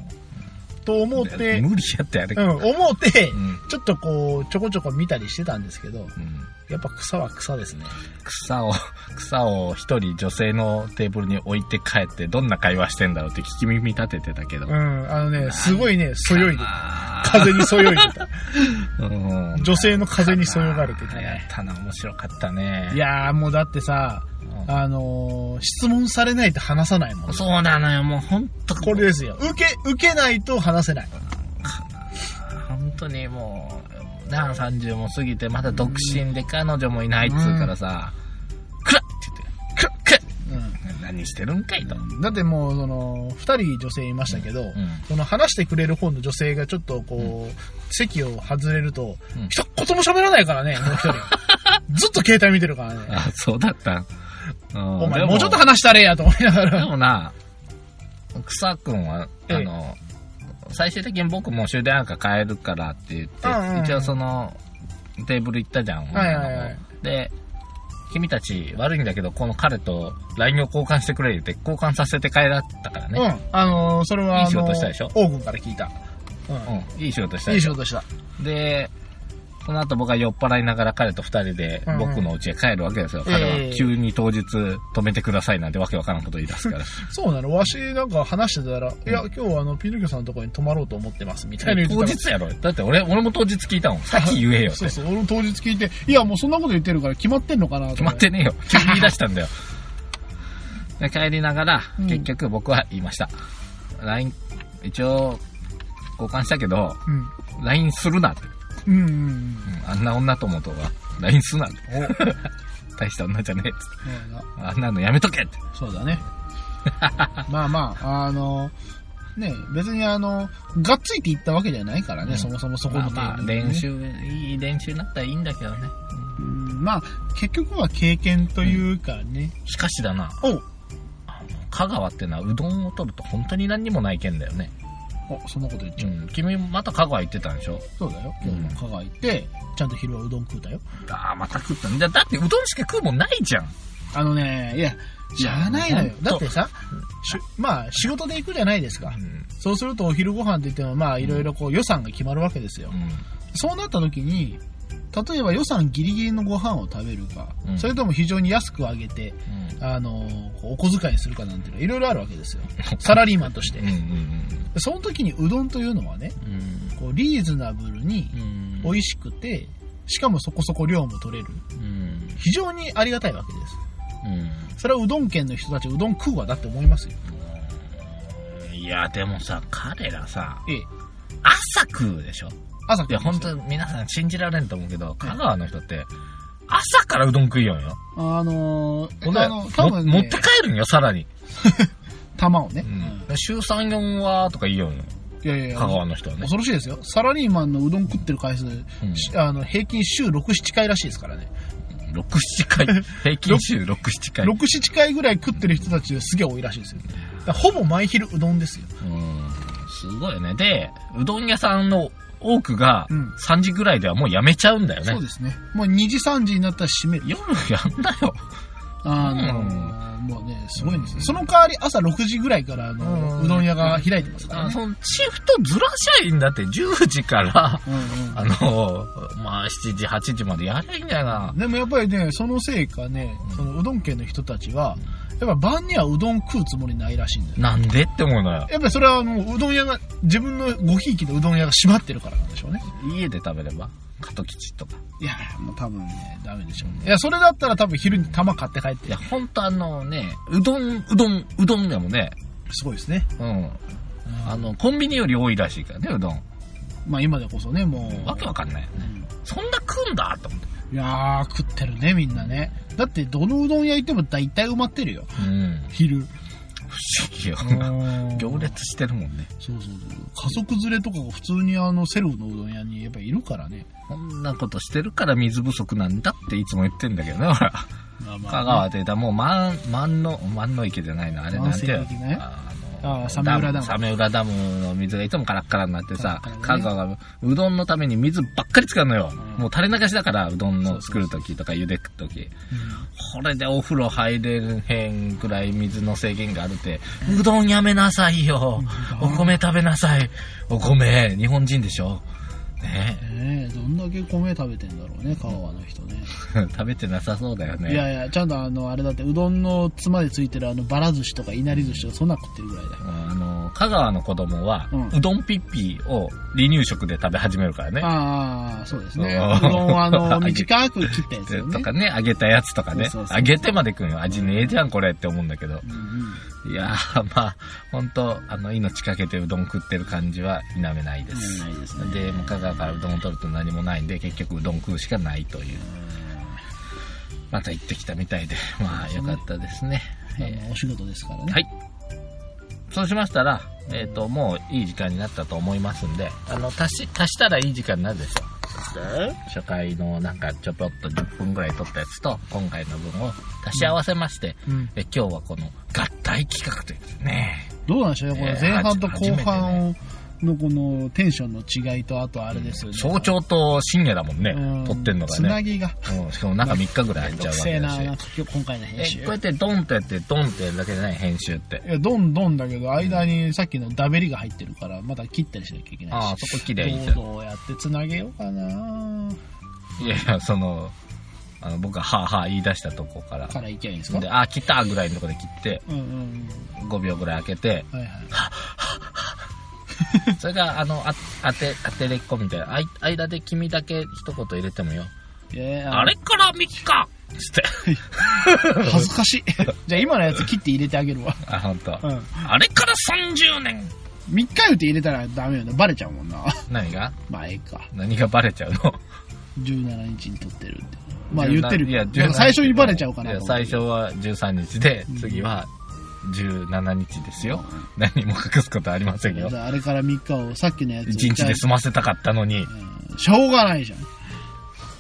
Speaker 1: と思って、
Speaker 2: 無理やってあれ。
Speaker 1: うん、思って、
Speaker 2: うん
Speaker 1: ちょっとこうちょこちょこ見たりしてたんですけど
Speaker 2: うん
Speaker 1: やっぱ草は草ですね
Speaker 2: 草を、 草を一人女性のテーブルに置いて帰って、どんな会話してんだろうって聞き耳立ててたけど。
Speaker 1: うんあのねすごいねそよいで
Speaker 2: あ
Speaker 1: 風にそよいで た
Speaker 2: ーうん
Speaker 1: 女性の風にそよがれてた
Speaker 2: や
Speaker 1: ね
Speaker 2: ったな、面白かったね。
Speaker 1: いやーもうだってさ
Speaker 2: うん
Speaker 1: あのー質問されないと話さないもん
Speaker 2: そうなのよ、もう本当
Speaker 1: これですよ受け受けないと話せない
Speaker 2: 本当にもう、なあ30も過ぎて、まだ独身で彼女もいないっつうからさ、くらっって言って、くらっく
Speaker 1: うん
Speaker 2: らっ何してるんかいと。
Speaker 1: だってもうその2人女性いましたけど、
Speaker 2: ん
Speaker 1: その話してくれる方の女性がちょっとこう、席を外れると、
Speaker 2: うん
Speaker 1: 一言も喋らないからねもう一 人ずっと携帯見てるからね
Speaker 2: あ、そうだった。うん
Speaker 1: お前
Speaker 2: で
Speaker 1: もうちょっと話したれやと思いなが
Speaker 2: で
Speaker 1: ら
Speaker 2: もな、草くんは、
Speaker 1: ええ
Speaker 2: あの、最終的に僕も終電なんか帰るからって言って、
Speaker 1: うんうんうん
Speaker 2: 一応その、テーブル行ったじゃん。
Speaker 1: はいはいはい
Speaker 2: 女の子で、君たち悪いんだけど、この彼と LINE を交換してくれって交換させて帰らったからね。
Speaker 1: うんあのーそれはい
Speaker 2: い
Speaker 1: あ
Speaker 2: 仕
Speaker 1: の
Speaker 2: 事
Speaker 1: ー
Speaker 2: したでしょ
Speaker 1: 王君から聞いた、うん
Speaker 2: うん、いい仕事した
Speaker 1: いい
Speaker 2: でし
Speaker 1: 仕
Speaker 2: ょ。
Speaker 1: 事した
Speaker 2: で、その後僕は酔っ払いながら彼と二人で
Speaker 1: うんうん
Speaker 2: 僕の家へ帰るわけですよ。
Speaker 1: ええ
Speaker 2: 彼は急に当日止めてくださいなんてわけわからんこと言い出 すから。
Speaker 1: そうなのわしなんか話してたら、いや今日はあのピノキオさんのところに泊まろうと思ってますみたいな言ってた
Speaker 2: 当
Speaker 1: から
Speaker 2: 日やろ。だって俺、俺も当日聞い たもん。さっき言えよっ
Speaker 1: そ
Speaker 2: て
Speaker 1: う。そう俺も当日聞いていやもうそんなこと言ってるから決まってんのかなと
Speaker 2: 決
Speaker 1: 思
Speaker 2: まってねえ よ。急に言い出したんだよ。で帰りながら、
Speaker 1: うん
Speaker 2: 結局僕は言いました。LINE、一応、交換したけど、
Speaker 1: うん、
Speaker 2: LINE するなって。
Speaker 1: うんうんうん
Speaker 2: うんあんな女ともとは、LINE するなって。大した女じゃねえっつって
Speaker 1: そうだな
Speaker 2: あんなのやめとけって。
Speaker 1: そうだ ね。まあまあ、あの、ね、別にあの、がっついていったわけじゃないからね、
Speaker 2: うん
Speaker 1: そもそもそこ
Speaker 2: まあ
Speaker 1: の
Speaker 2: まあ、
Speaker 1: テーブルに
Speaker 2: 練
Speaker 1: ね
Speaker 2: 習、いい練習になったらいいんだけどね。
Speaker 1: うんまあ、結局は経験というかね。
Speaker 2: しかしだな、
Speaker 1: おう
Speaker 2: あの香川ってのはうどんを取ると本当に何にもない県だよね。
Speaker 1: お、そんなこと言っち
Speaker 2: う
Speaker 1: ゃう。
Speaker 2: ん。君また香川行ってたんでしょ
Speaker 1: そうだよ。
Speaker 2: うん
Speaker 1: 今日も香川行って、ちゃんと昼はうどん食うたよ。
Speaker 2: ああ、また食ったんだ。だってうどんしか食うもんないじゃん。
Speaker 1: あのね、いや、しゃあないの
Speaker 2: いや
Speaker 1: よ。
Speaker 2: ほんと
Speaker 1: だってさ、しまあ、仕事で行くじゃないですか。
Speaker 2: うん。
Speaker 1: そうするとお昼ご飯って言っても、まあ、いろいろこう予算が決まるわけですよ。
Speaker 2: うん
Speaker 1: そうなった時に、例えば予算ギリギリのご飯を食べるか、
Speaker 2: うん
Speaker 1: それとも非常に安くあげて、あのーこうお小遣いにするかなんていうのはいろいろあるわけですよ。サラリーマンとして
Speaker 2: うん。うん
Speaker 1: その時にうどんというのはね、
Speaker 2: うん
Speaker 1: こうリーズナブルに
Speaker 2: うん
Speaker 1: 美味しくて、しかもそこそこ量も取れる。
Speaker 2: うん
Speaker 1: 非常にありがたいわけです。
Speaker 2: う
Speaker 1: それはうどん県の人たちうどん食うわだって思いますよ。
Speaker 2: んいやでもさ彼らさ
Speaker 1: ええ。
Speaker 2: 朝食うでしょ
Speaker 1: 朝食
Speaker 2: いや本当
Speaker 1: に。
Speaker 2: に皆さん信じられんと思うけど香川の人って朝からうどん食いよんよ
Speaker 1: あのー、
Speaker 2: ほん
Speaker 1: あ
Speaker 2: で
Speaker 1: の
Speaker 2: も
Speaker 1: 多分、ね、
Speaker 2: 持って帰るんよさらに、
Speaker 1: 玉をね、
Speaker 2: う
Speaker 1: うんん、
Speaker 2: 週34はとか言いよんよ
Speaker 1: いやいやいや
Speaker 2: 香川の人はね
Speaker 1: 恐ろしいですよ。サラリーマンのうどん食ってる回数、しあの平均週6、7回らしいですからね。
Speaker 2: 67回 平均週67回
Speaker 1: 6、7回ぐらい食ってる人たちですげえ多いらしいですよ。だからほぼ毎昼うどんですよ。
Speaker 2: うんすごいよねでうどん屋さんの多くが
Speaker 1: うん
Speaker 2: 3時ぐらいではもうやめちゃうんだよね
Speaker 1: そうですね。もう2時、3時になったら閉める。
Speaker 2: 夜やんだよ
Speaker 1: あの、もうね、すごいんですよ。その代わり朝6時ぐらいからあの、う
Speaker 2: うん
Speaker 1: どん屋が開いてますから
Speaker 2: あ
Speaker 1: ね。
Speaker 2: そのシフトずらしゃいいんだって、10時から、
Speaker 1: うんうん
Speaker 2: あの、まあ、7時、8時までやりゃいいんだよな。
Speaker 1: でもやっぱりね、そのせいかね、そのうどん県の人たちは、やっぱ晩にはうどん食うつもりないらしいんだよ。
Speaker 2: なんでって思うのよ。
Speaker 1: やっぱりそれはもううどん屋が、自分のごひいきのうどん屋が閉まってるからなんでしょうね。
Speaker 2: 家で食べればカトキチとか。
Speaker 1: いや、もう多分ね、ダメでしょうね。いや、それだったら多分昼に玉買って帰っ
Speaker 2: い
Speaker 1: て
Speaker 2: や、、ほんとあのね、うどん、うどん、うどんでもね、
Speaker 1: すごいですね。
Speaker 2: うん。あの、コンビニより多いらしいからね、うどん。
Speaker 1: まあ今でこそね、もう。
Speaker 2: わけわかんないよね。そんな食うんだと思って。
Speaker 1: いやー、食ってるね、みんなね。だって、どのうどん屋行っても大体埋まってるよ。
Speaker 2: うん。
Speaker 1: 昼。
Speaker 2: 不思議よ
Speaker 1: う
Speaker 2: な。
Speaker 1: ん
Speaker 2: 行列してるもんね。
Speaker 1: そうそうそう。家族連れとかが普通にあの、セルフのうどん屋にやっぱいるからね。
Speaker 2: こんなことしてるから水不足なんだっていつも言ってんだけどね、ほら。
Speaker 1: まあまあ
Speaker 2: 香川でだもう万、万の、万の池じゃないの、あれなんて。
Speaker 1: 万世の池ね
Speaker 2: あ
Speaker 1: ああサメ浦ダム
Speaker 2: サメ浦ダムの水がいつもカラッカラになってさ、
Speaker 1: カラッカラ
Speaker 2: 香
Speaker 1: ね
Speaker 2: 川がうどんのために水ばっかり使うのよ。
Speaker 1: ん
Speaker 2: もう垂れ流しだから、うどんの作るときとか茹でくとき。これでお風呂入れへんくらい水の制限があるって、うどんやめなさいよ。お米食べなさい。お米、日本人でしょ。ね
Speaker 1: うんねえ、どんだけ米食べてんだろうね、香川の人ね。
Speaker 2: え食べてなさそうだよね。
Speaker 1: いやいや、ちゃんとあの、あれだって、うどんのつまでついてるあの、ばら寿司とかいなり寿司とかそんなの食ってるぐらいだよ。
Speaker 2: あの、香川の子供は、
Speaker 1: うん
Speaker 2: うどんピッピーを離乳食で食べ始めるからね。
Speaker 1: ああ、そうですね。
Speaker 2: あー
Speaker 1: うどん はあの、短く切ったやつよ
Speaker 2: と
Speaker 1: ね。
Speaker 2: かね、揚げたやつとかね
Speaker 1: そうそう。そう
Speaker 2: 揚げてまで食うよ。味ねえじゃん、これって思うんだけど。
Speaker 1: うんうん
Speaker 2: いやー、まあ、ほんと、あの、命かけてうどん食ってる感じは否めないです。
Speaker 1: ないですね
Speaker 2: で、もう香川からうどんを取ると何もないんで、結局うどん食うしかないという。また行ってきたみたいで、まあ、よかったですね。
Speaker 1: あのお仕事ですからね。
Speaker 2: はい。そうしましたら、えっ、と、もういい時間になったと思いますんで、あの、足し、足したらいい時間になるでしょ初回のなんかちょぴょっと10分ぐらい取ったやつと、今回の分を足し合わせまして、
Speaker 1: うん
Speaker 2: え今日はこの合体企画というですね。
Speaker 1: どうなんでしょうね、こ
Speaker 2: え
Speaker 1: の
Speaker 2: ー
Speaker 1: 前半と後
Speaker 2: 初
Speaker 1: 半のこのテンションの違いと、あとあれですよね。
Speaker 2: 早朝と深夜だもんね、
Speaker 1: うん
Speaker 2: 撮ってんのが
Speaker 1: つな
Speaker 2: ね。
Speaker 1: ぎが。
Speaker 2: うん、しかも中3日ぐらい空いちゃ
Speaker 1: 特
Speaker 2: うわけ
Speaker 1: 性
Speaker 2: だ
Speaker 1: な、なん
Speaker 2: し。
Speaker 1: か今日今回の編集。
Speaker 2: え、こうやってドンってやって、ドンってやるだけじゃない、編集って。
Speaker 1: いや、どんどんだけど、間にさっきのダベリが入ってるから、まだ切ったりしなきゃいけないし。
Speaker 2: ああ、そこ綺麗にいいじゃん
Speaker 1: どうどうやってつなげようかない
Speaker 2: やいや、その、あの僕がはあはあ言い出したとこから。
Speaker 1: からいきゃいいんですか
Speaker 2: で、あ、切ったぐらいのとこで切って、
Speaker 1: うんうん
Speaker 2: 5秒ぐらい 開けて、
Speaker 1: うん。はいはい。
Speaker 2: それが、あの、あ当て、当てれっこみたいな。あい間で君だけ一言入れてもよ。
Speaker 1: えー
Speaker 2: あれから3日つ って。
Speaker 1: 恥ずか しい。じゃあ今のやつ切って入れてあげるわ。
Speaker 2: あ、ほんと。
Speaker 1: うん。3
Speaker 2: あれから30年
Speaker 1: 日言って入れたらダメよね。バレちゃうもんな。
Speaker 2: 何が
Speaker 1: まあええか。
Speaker 2: 何がバレちゃうの
Speaker 1: 17日に撮ってるって。まあ言ってる
Speaker 2: い
Speaker 1: け
Speaker 2: や、
Speaker 1: ど。
Speaker 2: 17
Speaker 1: なんか最初にバレちゃうか
Speaker 2: い
Speaker 1: な
Speaker 2: や、
Speaker 1: と思っ
Speaker 2: 最
Speaker 1: て。
Speaker 2: 初は13日で、次は17日ですよ。何も隠すことありませんよ
Speaker 1: じ。ゃああれから3日をさっきのやつ
Speaker 2: 1日で済ませたかったの
Speaker 1: う
Speaker 2: に、
Speaker 1: んしょうがないじゃん。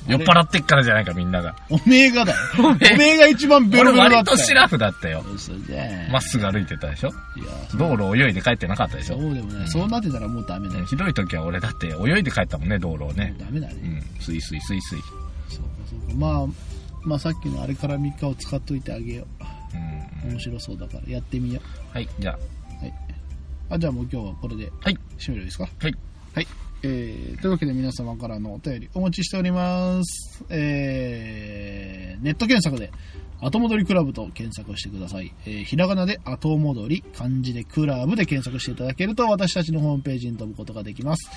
Speaker 2: 酔っ払ってっからじゃないか、みんなが。
Speaker 1: おめえがだよ。
Speaker 2: お
Speaker 1: おめえが一番ベ
Speaker 2: 俺
Speaker 1: ロベロだ
Speaker 2: 割
Speaker 1: った
Speaker 2: と
Speaker 1: よ。
Speaker 2: シラフだったよ。
Speaker 1: 嘘じゃん。
Speaker 2: まっすぐ歩いてたでしょ
Speaker 1: いや、
Speaker 2: 道路を泳いで帰ってなかったでし
Speaker 1: そ
Speaker 2: ょ
Speaker 1: うでもない。そうなってたらもうダメだよ。
Speaker 2: ひどい時は俺だって泳いで帰ったもんね、道路をね
Speaker 1: もう。ダメだね。
Speaker 2: うん、スイスイスイスイ。
Speaker 1: そうかそうか。まあ、まあさっきのあれから3日を使っといてあげよ
Speaker 2: うん
Speaker 1: う。面白そうだからやってみよ
Speaker 2: はい、じゃあ。
Speaker 1: う。はい。あ、じゃあもう今日はこれで
Speaker 2: はい、
Speaker 1: 締めるですか
Speaker 2: はい。
Speaker 1: はい。えー、というわけで皆様からのお便りお待ちしております。えー、ネット検索で、後戻りクラブと検索してください。えー、ひらがなで後戻り、漢字でクラブで検索していただけると私たちのホームページに飛ぶことができます。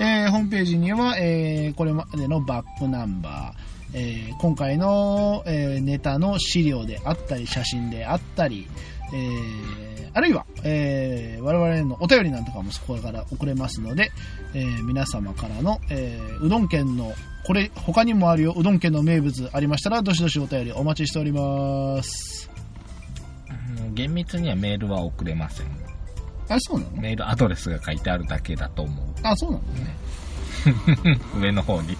Speaker 1: えー、ホームページには、えー、これまでのバックナンバー、えー今回の、えーネタの資料であったり、写真であったり、えーあるいは、えー我々へのお便りなんとかもそこから送れますので、えー皆様からの、えーうどん県の、これ、他にもあるよ、うどん県の名物ありましたら、どしどしお便りお待ちしております。
Speaker 2: うん厳密にはメールは送れません。
Speaker 1: あ、そうなの
Speaker 2: メールアドレスが書いてあるだけだと思う。
Speaker 1: あ、そうなのね。
Speaker 2: 上の方に。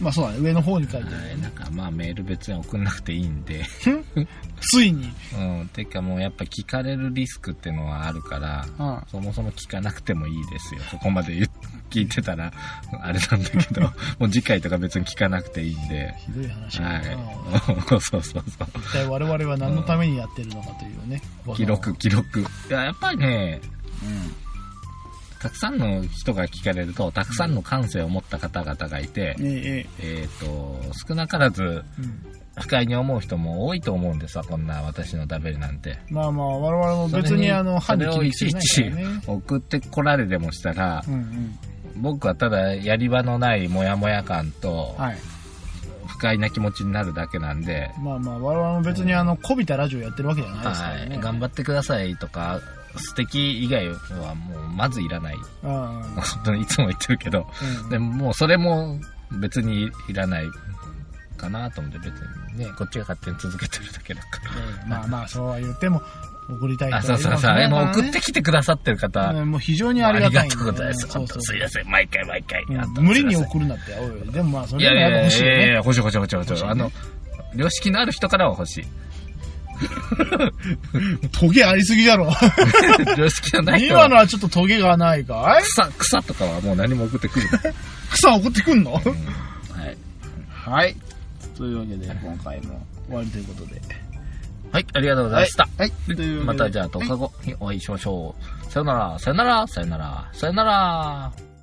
Speaker 1: まあそうだね、上の方に書いてあ
Speaker 2: はい、なんかまあメール別に送んなくていいんで。
Speaker 1: る。ついに。
Speaker 2: うん、てかもうやっぱ聞かれるリスクってのはあるから、
Speaker 1: うん
Speaker 2: そもそも聞かなくてもいいですよ。そこまで言う聞いてたら、あれなんだけど、もう次回とか別に聞かなくていいんで。
Speaker 1: ひどい話だな、
Speaker 2: はい。 そうそうそう。
Speaker 1: 一体我々は何のためにやってるのかというね。
Speaker 2: 記録、記録。いや、やっぱりね、
Speaker 1: う
Speaker 2: たくさんの人が聞かれると、たくさんの感性を持った方々がい
Speaker 1: ん。え
Speaker 2: て、
Speaker 1: え、ええ。
Speaker 2: えっ、と、少なからず
Speaker 1: うん
Speaker 2: 不快に思う人も多いと思うんですわ、こんな私のダベルなんて。
Speaker 1: まあまあ、我々も別にあの、
Speaker 2: そ
Speaker 1: 歯に
Speaker 2: れを
Speaker 1: 気
Speaker 2: い
Speaker 1: にして
Speaker 2: ちい
Speaker 1: ない
Speaker 2: ち
Speaker 1: からね。
Speaker 2: 送ってこられでもしたら
Speaker 1: う、んうん。
Speaker 2: 僕はただやり場のないモヤモヤ感と
Speaker 1: はい。
Speaker 2: 不快な気持ちになるだけなんで、
Speaker 1: まあまあ、我々も別にあの、こびたラジオやってるわけじゃないですから
Speaker 2: は
Speaker 1: ね。
Speaker 2: い、頑張ってくださいとか素敵以外はもうまずいらない
Speaker 1: うんうん。
Speaker 2: 本当にいつも言ってるけど
Speaker 1: うん
Speaker 2: でももうそれも別にいらないかなと思って別にねこっちが勝手に続けてるだけだから
Speaker 1: ええまあまあ、そうは言っても、送りたい
Speaker 2: あ、
Speaker 1: 人
Speaker 2: そ
Speaker 1: はい
Speaker 2: う
Speaker 1: るかも
Speaker 2: そう
Speaker 1: し
Speaker 2: そう。
Speaker 1: れないから
Speaker 2: もう
Speaker 1: ね
Speaker 2: 送ってきてくださってる方、
Speaker 1: うんもう非常に
Speaker 2: あ
Speaker 1: あ
Speaker 2: り
Speaker 1: りが
Speaker 2: が
Speaker 1: たいんで
Speaker 2: とう
Speaker 1: ね
Speaker 2: ございます。
Speaker 1: そ
Speaker 2: 本
Speaker 1: う
Speaker 2: 当
Speaker 1: そう
Speaker 2: すいません。毎回毎回。
Speaker 1: うん
Speaker 2: あと
Speaker 1: 無理に
Speaker 2: すいま
Speaker 1: 送るなって、おいおい、でもまあ、そ
Speaker 2: せん
Speaker 1: れ
Speaker 2: いや
Speaker 1: で
Speaker 2: い
Speaker 1: も
Speaker 2: や
Speaker 1: や
Speaker 2: い
Speaker 1: っぱ欲
Speaker 2: や
Speaker 1: しいよ
Speaker 2: いやい
Speaker 1: ね。
Speaker 2: や、欲しい欲しい欲しい欲しい。
Speaker 1: 欲しいね
Speaker 2: あの、良識のある人からは 欲しい。
Speaker 1: トゲありすぎだろ。
Speaker 2: 良識のない人
Speaker 1: 今の
Speaker 2: は。
Speaker 1: はちょっとトゲがないかい
Speaker 2: 草、草とかはもう何も送って くる。
Speaker 1: 草送ってくんの
Speaker 2: はい。
Speaker 1: はい。というわけで、今回も終わりということで。
Speaker 2: はい、ありがとうございました。
Speaker 1: はいはいというわけ で
Speaker 2: またじゃあ10日後にお会いしましょう。さよなら、さよなら、さよなら、さよなら。